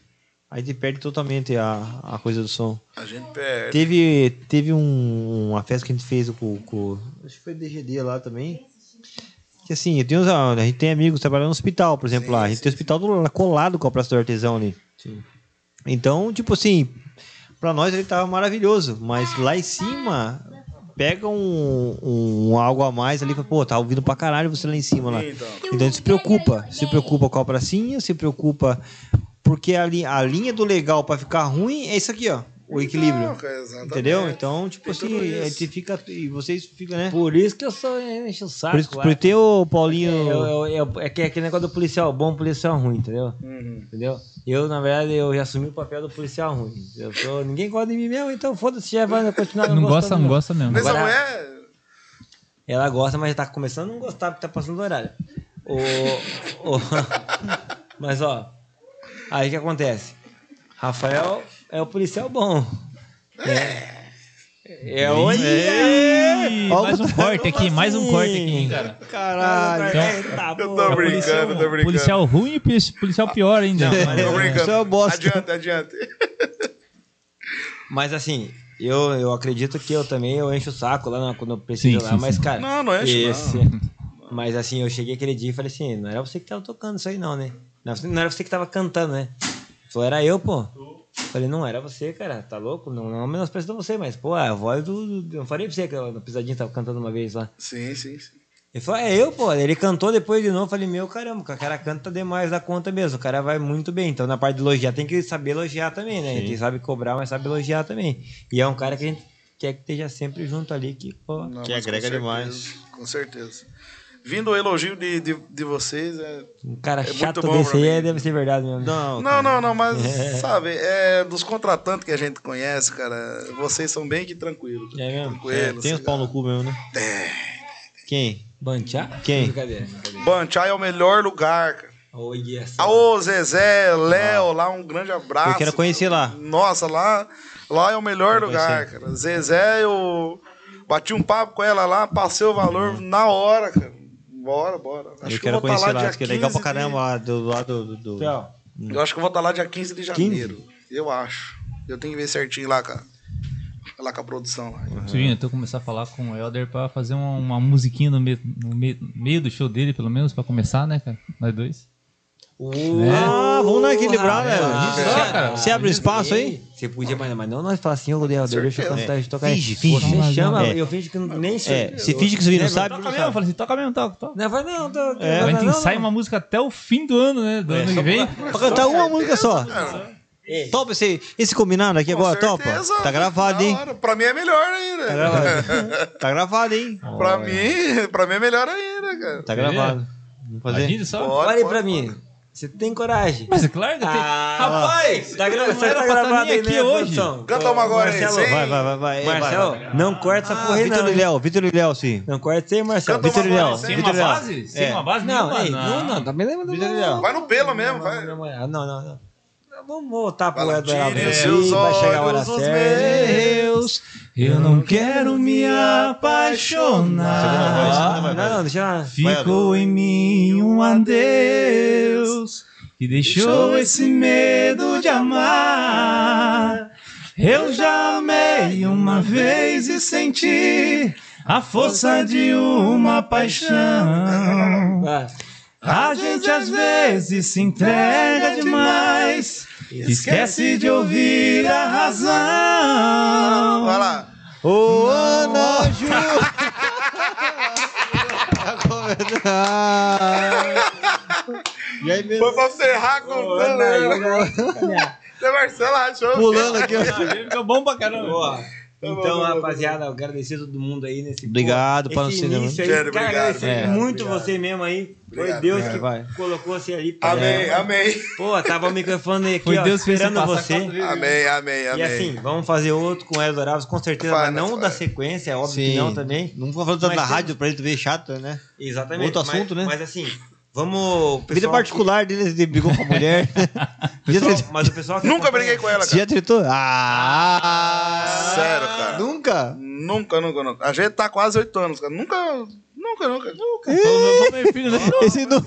a gente perde totalmente a, a coisa do som. A gente perde. Teve, teve um- uma festa que a gente fez com, com. Acho que foi DGD lá também. Que assim, eu tenho uns- a gente tem amigos trabalhando no hospital, por exemplo, lá. A gente tem o hospital do, lá colado com a Praça do Artesão ali. Então, tipo assim, pra nós ele tava maravilhoso, mas lá em cima. Pega um, um algo a mais ali, fala, pô, tá ouvindo pra caralho você lá em cima lá. Então. Então ele se preocupa, se preocupa com a pracinha, se preocupa. Porque a, li- a linha do legal pra ficar ruim é isso aqui, ó. O equilíbrio. Não, cara, exatamente. Entendeu? Então, tipo Tem assim, tudo isso. a gente fica. E vocês ficam, né? Por isso que eu sou eu encho o saco. Por isso que lá. por ter o Paulinho. Eu- eu- eu- é que é aquele negócio do policial bom, policial ruim, entendeu? Uhum. Entendeu? Eu, na verdade, eu já assumi o papel do policial ruim. Eu sou- ninguém gosta de mim mesmo, então foda-se, já vai continuar Não gosta, gostando, não gosta mesmo. Mas é a Agora- mulher. Ela gosta, mas já tá começando a não gostar porque tá passando do horário. O, o- mas ó, aí o que acontece? Rafael é o policial bom. É, é onde. é! Ih, mais um corte aqui, mais um corte aqui, hein, cara. Caralho. Eita, Eu É porra. tô brincando, eu tô brincando. Tá Policial né? ruim e polici- policial pior ainda. Eu tô brincando. Isso é uma bosta. Adianta, adianta. Mas assim, eu, eu acredito que eu também eu encho o saco lá na- quando eu preciso Sim, lá, sim, mas sim. cara. Não, não enche, não. Mas assim, eu cheguei aquele dia e falei assim: não era você que tava tocando isso aí, não, né? Não era você- não era você que tava cantando, né? Falou, era eu, pô. Falei, não era você, cara, tá louco? Não, não menosprezando você, mas, pô, a voz do. do- Eu falei pra você que o Pisadinha tava cantando uma vez lá. Sim, sim, sim. Ele falou, é eu, pô. Ele cantou depois de novo. Falei, meu caramba, o cara canta demais da conta mesmo. O cara vai muito bem. Então, na parte de elogiar, tem que saber elogiar também, né? A gente sabe cobrar, mas sabe elogiar também. E é um cara que a gente quer que esteja sempre junto ali, que, pô. Não, Que mas agrega com certeza, demais. Com certeza. Vindo o elogio de, de, de vocês. é- Um cara muito chato bom desse pra aí mim. deve ser verdade mesmo. Não, Não, não, não, mas sabe, é dos contratantes que a gente conhece, cara, vocês são bem que tranquilos. É mesmo? Tranquilos. assim. Tem os pau no cu mesmo, né? Quem? Banchar? Quem? Brincadeira, brincadeira. Banchai é o melhor lugar, cara. Ô, é yes. Ô, Zezé, Léo, lá um grande abraço. Eu quero conhecer lá. Nossa, lá, lá é o melhor lugar, cara. Zezé, eu bati um papo com ela lá, passei o valor na hora, cara. Bora, bora. Acho Uhum. eu quero vou tá conhecer lá, dia acho que é legal pra 15 de- caramba lá do lado do. do- Tchau. Eu acho que eu vou estar lá dia 15 de janeiro. Eu acho. Eu tenho que ver certinho lá, cara. Lá com a produção lá. é, Surinho, eu tô começando a falar com o Helder pra fazer um, uma, uma musiquinha no, me- no me- meio do show dele, pelo menos, pra começar, né, cara? Nós dois. Ah, vamos lá equilibrar, Ah, velho. cara. Você abre um espaço Ei, aí? Você podia, mas, mas não nós fala assim, ô Deus, deixa eu Certeza. cantar, deixa eu tocar. Finge, finge. Você chama, É. eu finge que eu nem sei. É, você finge que você não sabe. Toca mesmo, eu falei assim, toca mesmo, toca, toca. Não, vai não, tô... É. não, a gente não, ensaia não. É, uma música até o fim do ano, né? Do ano que vem. Pra cantar uma música só. Ei, Topa esse, esse combinado aqui agora, topa? Tá gravado, na hein? hora. Pra mim é melhor ainda. Tá gravado. tá gravado, hein? pra, mim, pra mim é melhor ainda, cara. Tá gravado. Vamos fazer? Imagina só. Bora, Olha aí bora, pra mim. Você tem coragem. Mas é claro que tem. Ah, Rapaz! Tá gra- não você era tá pra tá gravado nem aí, aqui né, hoje. produção? Canta uma Ô, agora aí, Marcelo, sem- Vai, vai, vai, vai. vai. Marcelo, não corta essa Ah, porra aí, Vitor não. e hein? Léo, Vitor e Léo, sim. Não corta isso aí, Marcelo. Canta uma Vitor e Léo, agora, Sem Vitor uma e Léo. base? Sem É. uma base Não, nenhuma, ei, não, não, tá beleza. Vitor e Léo. Vai no pelo mesmo, vai. Não, não, não, não. Vamos voltar pro Fala, lado da tire os Sim, seus vai chegar a hora olhos dos certa. Deus. Eu não quero me apaixonar. Ah, Não, não, deixa lá. Ficou em mim um adeus que deixou esse medo de amar. Eu já amei uma vez e senti a força de uma paixão. Vai. A gente às vezes se entrega demais, esquece de ouvir a razão. Vai lá. Ô, Ana Ju. Tá começando. E aí mesmo. Foi pra ferrar contando, né? Você, Marcelo, achou? Pulando aqui, ó. Ficou bom pra caramba. Tá Boa. Então, rapaziada, eu agradecer todo mundo aí nesse. Obrigado, Pô, Paulo esse Cinema. início aí, Sério, cara, obrigado, agradecer obrigado, muito obrigado. você mesmo aí. Obrigado, Foi Deus obrigado. que Vai. colocou você ali. pra- Amém, amém. Pô, tava o microfone aqui, Foi ó, Deus que fez esperando você passar você. Amém, amém, E amém. assim, vamos fazer outro com o Hélio Dourados, com certeza, Vai, mas né, não vai. da sequência, é óbvio Sim. que não também. Não vou falar tanto Mas na tem- rádio pra ele ver chato, né? Exatamente. Outro mas- assunto, né? Mas assim, vamos. Vida pessoal particular dele, ele brigou com a mulher. que- Já pessoal- tretou? mas o pessoal que Nunca acompanha- briguei com ela, Você cara. já tretou? Ah! Sério, cara. Nunca? Nunca, nunca, nunca. A gente tá quase oito anos, cara. Nunca, nunca, nunca. né? Esse não...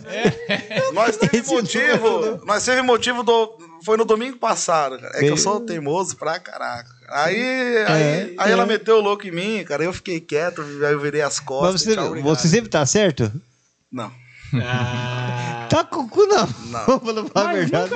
Nós teve Esse motivo. Nós teve motivo do. Foi no domingo passado, cara. É que Bem- eu sou teimoso pra caraca. Aí, aí, aí ela meteu o louco em mim, cara. Eu fiquei quieto, aí eu virei as Mas costas. você, tchau, obrigado. você sempre tá certo? Não. Ah, Tá com o cu na Não. mão, pra não falar a verdade.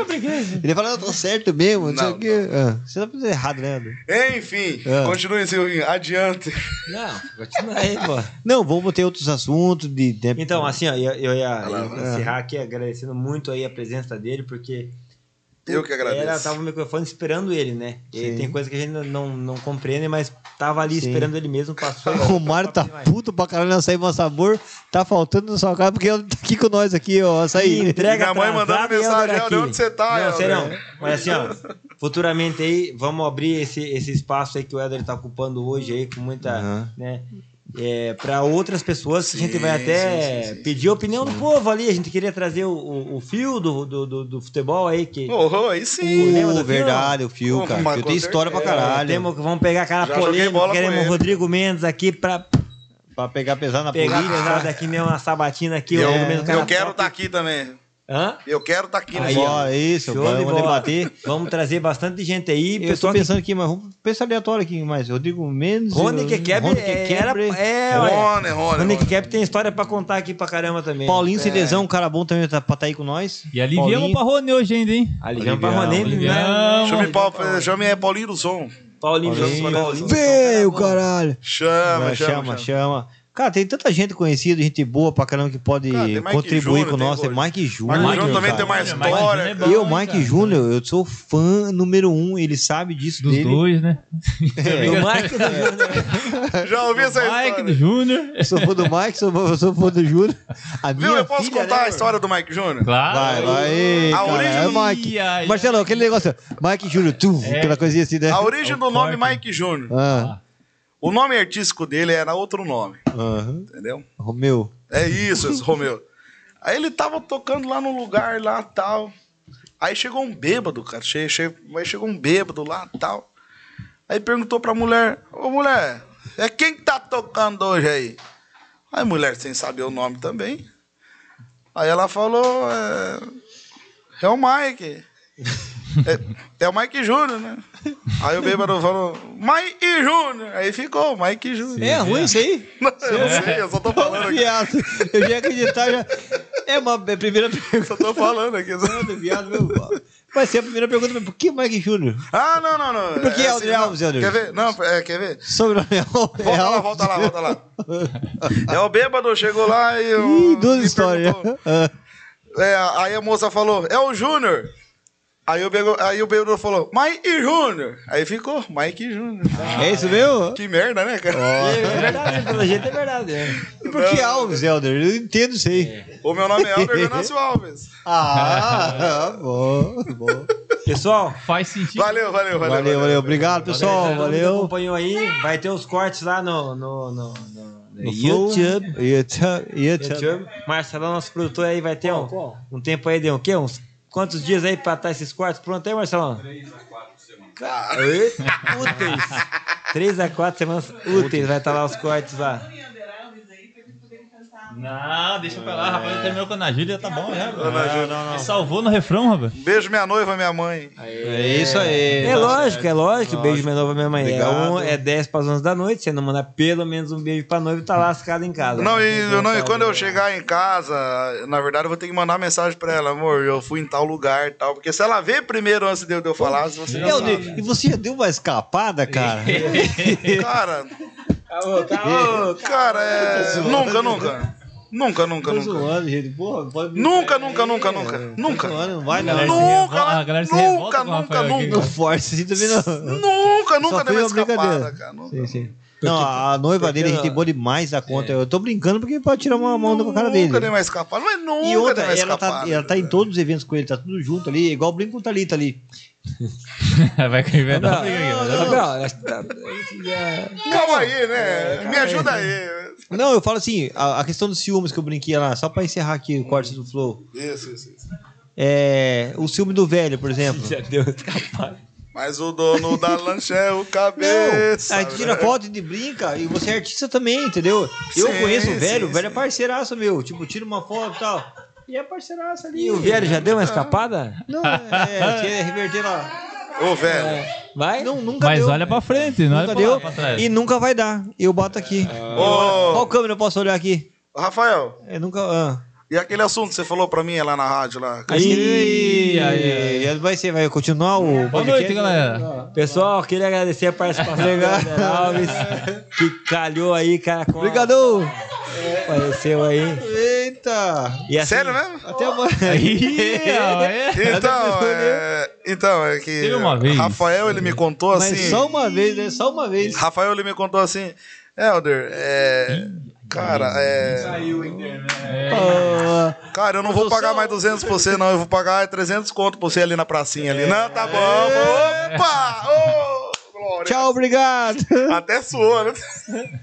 Ele fala, eu tô certo mesmo, não, sei Não, o quê. Ah, você tá fazendo errado, né, Leandro? Enfim, Ah. continue, Silvinho. Adiante. não, continua aí, pô. Não, vamos ter outros assuntos de... né? de- Então, assim, ó, eu, eu ia lá, eu ia encerrar aqui agradecendo muito aí a presença dele, porque Eu que agradeço. era, tava o microfone esperando ele, né? E Sim. tem coisa que a gente não, não, não compreende, mas tava ali Sim. esperando ele mesmo, passou. O Mário tá puto pra caralho, não açaí, mas sabor tá faltando na sua cara, porque ele tá aqui com nós aqui, ó, açaí. entrega Minha mãe atrasada mandando e Helder mensagem, aqui. Helder, onde você tá, Não, Helder? serão. Mas assim, ó, futuramente aí, vamos abrir esse, esse espaço aí que o Helder tá ocupando hoje aí, com muita, Aham. né? É, para outras pessoas, que a gente Sim, vai até sim, sim, sim. pedir a opinião do povo ali. A gente queria trazer o, o, o fio do, do, do, do futebol aí, que Oh, aí Uh, sim. lembra do fio? verdade, o fio, Ô, cara. mas Fio com tem história pra certeza. caralho. é? Temos que vamos pegar cara Já joguei polêmica, bola com queremos o ele. Rodrigo Mendes aqui pra Pra pegar pesado na pegar política. pesado aqui mesmo, uma sabatina aqui. o Eu, Rodrigo Mendes, o cara eu quero top. estar aqui também. Hã? Eu quero estar aqui né? Aí, nesse ó. Bora, isso, Show de vamos bola. debater. Vamos trazer bastante gente aí. Eu tô Pessoal que pensando aqui, mas vamos pensar aleatório aqui, mas Rodrigo Mendes. Rony eu- que quebre, Rony é, Quebre, era, é, olha, Rony, Rony. Rony que Rony. quebre tem história pra contar aqui pra caramba também. Paulinho sem lesão, um cara bom também tá, pra tá aí com nós. E aliviamos Paulinho. pra Rony hoje ainda, hein? Aliviamos pra Olivião, Rony, Olivião. né? Chame, Paulo, chame é Paulinho do Som. Paulinho, Paulinho, Paulinho, Paulinho. Veio, caralho! Chama, Vai, chama, chama. Né, chama. Cara, tem tanta gente conhecida, gente boa pra caramba que pode Cara, tem Mike contribuir Júnior, com nós. tem Tem Mike Júnior. Mas o João cara. também tem uma Mas o história. João é Eu, bom, hein, Mike cara? Júnior, eu sou fã número um, ele sabe disso Dos dele. dois, né? O Mike do Júnior. Já ouvi essa Mike do história. Júnior. Sou fã do Mike, sou, sou fã do Júnior. A minha Viu? Eu posso filha, contar né, a história do Mike Júnior? Vai, Claro. vai. Ei, A cara, origem- é Mike. Ia, ia. Marcelo, aquele negócio, Mike Júnior, tu, aquela coisinha assim, né? A origem do nome corte. Mike Júnior. Ah, O nome artístico dele era outro nome, aham. entendeu? Romeu. É isso, esse Romeu. Aí ele tava tocando lá no lugar, lá tal. Aí chegou um bêbado, cara. Che che aí chegou um bêbado lá tal. Aí perguntou pra mulher: Ô mulher, é quem que tá tocando hoje aí? Aí a mulher, sem saber o nome também. Aí ela falou: É, é o Mike. É, é o Mike Júnior, né? Aí o bêbado falou: Mike Júnior. Aí ficou, Mike Júnior. É ruim isso aí? Eu sei, eu só tô falando aqui. Viado. Eu já ia acreditar, já. É uma é a primeira pergunta Só tô falando aqui. do viado, meu. Vai ser a primeira pergunta, mas por que Mike Júnior? Ah, não, não, não. Por que é Elder Alves, não. Elder? Quer ver? Não, é, quer ver? Sobrenome é Alves. Volta lá, volta lá, volta lá. É o bêbado, chegou lá e o. Ih, duas me histórias. perguntou. Ah, É, aí a moça falou, é o Júnior. Aí o, bêbado, aí o bêbado falou, Mike Júnior. Aí ficou, Mike Júnior. é isso mesmo? Que merda, né, cara? É verdade, pelo jeito é verdade. né? E por que Alves, Helder? Eu entendo isso aí. O meu nome é Elder Venâncio Alves. Ah, bom, bom. Pessoal, Faz sentido. Valeu, valeu, valeu. Valeu, valeu. Obrigado, pessoal. todo mundo que Valeu. acompanhou aí. Vai ter os cortes lá no, no, no, no- no No Flow, YouTube. YouTube, YouTube. YouTube. Marcelão, nosso produtor aí, vai ter um, um tempo aí de um quê? Uns quantos dias aí pra estar esses cortes pronto aí, Marcelão? Cara, eita, úteis. Três a quatro semanas úteis vai estar lá os cortes lá. Não, deixa pra lá, rapaz. Terminou com a Ana Júlia, tá bom já. Ana Júlia. Me salvou no refrão, rapaz. Um Beijo minha noiva, minha mãe. É isso aí. É lógico, é lógico. Beijo meu novo pra minha mãe. É, Obrigado. um, é 10 para as 11 da noite. Você não manda pelo menos um beijo pra noiva, tá lascado em casa. Não, e, Entendeu? eu não, e Tá- quando eu chegar em casa, na verdade eu vou ter que mandar mensagem pra ela, amor, eu fui em tal lugar e tal. Porque se ela vê primeiro antes de eu de eu falar, se você já Helder, sabe. e você já deu uma escapada, cara? Cara, Ô, tá- ô, cara, é... Nunca, nunca. Nunca, nunca, Tô nunca. zoando, gente. Porra, pode me- Nunca, nunca, nunca, nunca. É, tô Nunca. zoando, Não vai, não. galera se Não, Nunca, revolta- a galera se revolta nunca, com o nunca, Rafael aqui, nunca. force, assim também não. Nunca, nunca Só deu uma foi uma escapada, brincadeira. cara. Nunca. Sim, sim. Não, a a noiva dele gente boa demais da conta. Eu tô brincando porque pode tirar uma mão com a cara dele. É. Nunca deu uma escapada. Mas nunca E outra, deu uma ela escapada. tá, ela tá em todos os eventos com ele, tá tudo junto ali, igual brinco com o Thalita ali. Vai que vai dar briga aqui, vai dar- Gabriel, acho que tá- Calma aí, né? Me ajuda aí. Não, eu falo assim, a, a questão dos ciúmes que eu brinquei lá, só pra encerrar aqui o corte do flow. Isso, isso, isso. É, o ciúme do velho, por exemplo. Já deu escapado. Mas o dono da lancha é o cabeça. Não, aí tira né? foto e brinca, e você é artista também, entendeu? Eu Sim, conheço o sim, velho, o velho é sim. parceiraço meu. Tipo, tira uma foto e tal. E é parceiraço ali. E o velho já deu uma escapada? Não, é, se é reverter lá. Ô, velho. Vai? Não, nunca Mas deu. olha pra frente, não olha nunca pra, lá, deu. pra trás. E nunca vai dar. Eu boto aqui. É. Ô, Qual câmera eu posso olhar aqui? Rafael, É, nunca. ah. e aquele assunto que você falou pra mim é lá na rádio lá? Ih, aí, aí. Vai ser, vai continuar o Boa noite, galera. Pessoal, queria agradecer a participação do Helder Alves, que calhou aí, cara. Com Obrigado! Apareceu aí. Eita! E assim, Sério né? mesmo? Até amanhã. Ih, ó, é. Então, é, então, é que. Teve uma vez. Rafael, ele me contou Mas assim. só uma vez, né? Só uma vez. Rafael, ele me contou assim. Helder, é. Cara, é. Ah, Cara, eu não vou pagar mais 200 pra você, não. Eu vou pagar 300 conto pra você ali na pracinha ali. Não, tá bom. Opa! Ô, glória. tchau, obrigado. Até suou, né?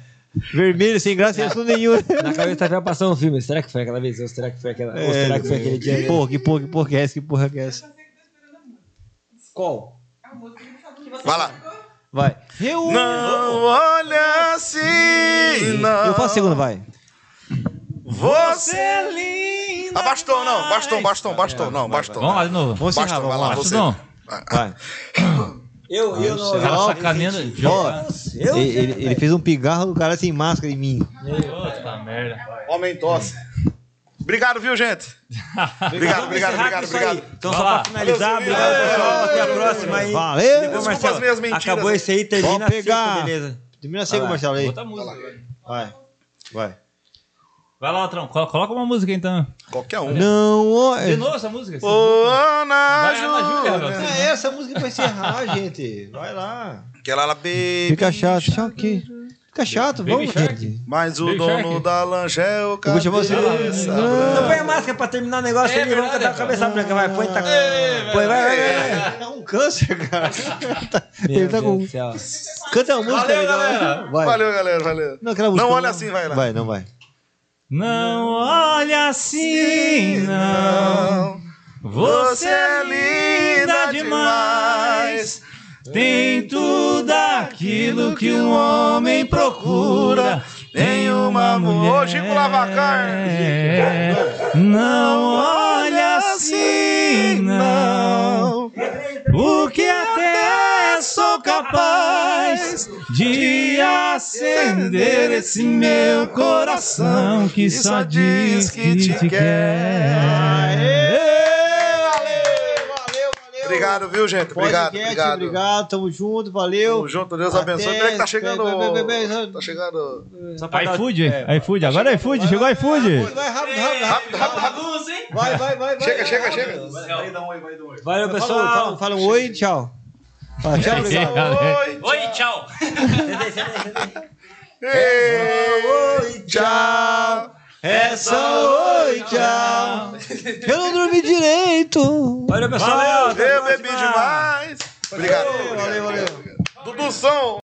Vermelho, sem graça, sem assunto nenhum. na cabeça tá vendo passando um filme. Será que foi aquela vez? Ou será que foi aquela? ou será É, que foi aquele dia? É, Que porra, que porra, que porra que é essa? Que porra que é essa? Qual? Vai lá. Vai. Eu, Não olha assim, não. eu faço a segunda, vai. Você é linda. Ah, bastou, não. Bastou, bastou, bastou. Não, bastou. Vamos lá de novo. Vamos encerrar, Bastou, vai vamos lá, lá. você. Bastão. Vai. Eu, eu não. O cara Não, sacaneando. né? Ó, ele, ele- ele fez um pigarro do cara sem máscara em mim. Puta tá merda. Homem tosse. Obrigado, viu, gente? Obrigado, Vamos encerrar obrigado, com obrigado, isso aí. obrigado. Então, Vai só lá. pra finalizar, obrigado, pessoal. Até a próxima aí. Valeu! Depois, Desculpa as minhas mentiras. acabou isso aí, termina Vamos a cinco, pegar. beleza? Termina a segunda, Vai Marcelo, aí. Outra música. Vai. Vai. Vai lá, Latrão, colo- coloca uma música então. Qualquer um. Não, ó. é- De novo essa música? Ô, Ana Vai, Ana Júlia, Júlia. Rafael. É essa música pra encerrar, gente. Vai lá. Que ela lá baby. Fica chato, tchau aqui. Fica chato, Baby vamos, Shark? gente. Mas o Baby dono Shark? da lanche é o Eu cara. vou chamar você. Não põe a máscara pra terminar o negócio É ali, vamos verdade, cantar com a cabeça branca. Vai, põe tá. Põe, vai, vai, vai, vai. É um câncer, cara. Ele Meu tá Deus com. do céu. Canta uma música aí, galera. Vai. Valeu, galera. Valeu. Não, aquela música. Não olha assim, vai lá. Vai, não vai. Não olha assim, não. Você é linda demais. Tem tudo aquilo que um homem procura. Tem uma mulher. Ô, Chico Lavacar. Não olha assim, não. Porque até sou capaz de acender esse meu coração que só diz que te quer. Valeu, valeu, valeu. Obrigado, viu, gente? Obrigado, Podcast, obrigado. obrigado. tamo junto, valeu. Tamo junto, Deus Até- abençoe. Peraí que tá chegando. Vai, vai, vai, vai. Tá chegando. Só pra dar- iFood, É, vai. iFood, agora é iFood, chegou iFood. Vai rápido, É, rápido, rápido, rápido. Vai, vai, vai. vai. Chega, chega, chega. Fala, Valeu, fala, pessoal. fala, um oi, tchau. Fala, tchau, obrigado. Oi. Oi, tchau. Ei, tchau. É só oi, tchau. Eu não dormi direito. Valeu, pessoal. Até a Eu bebi próxima. demais. Obrigado. Valeu, valeu. Dudu Som.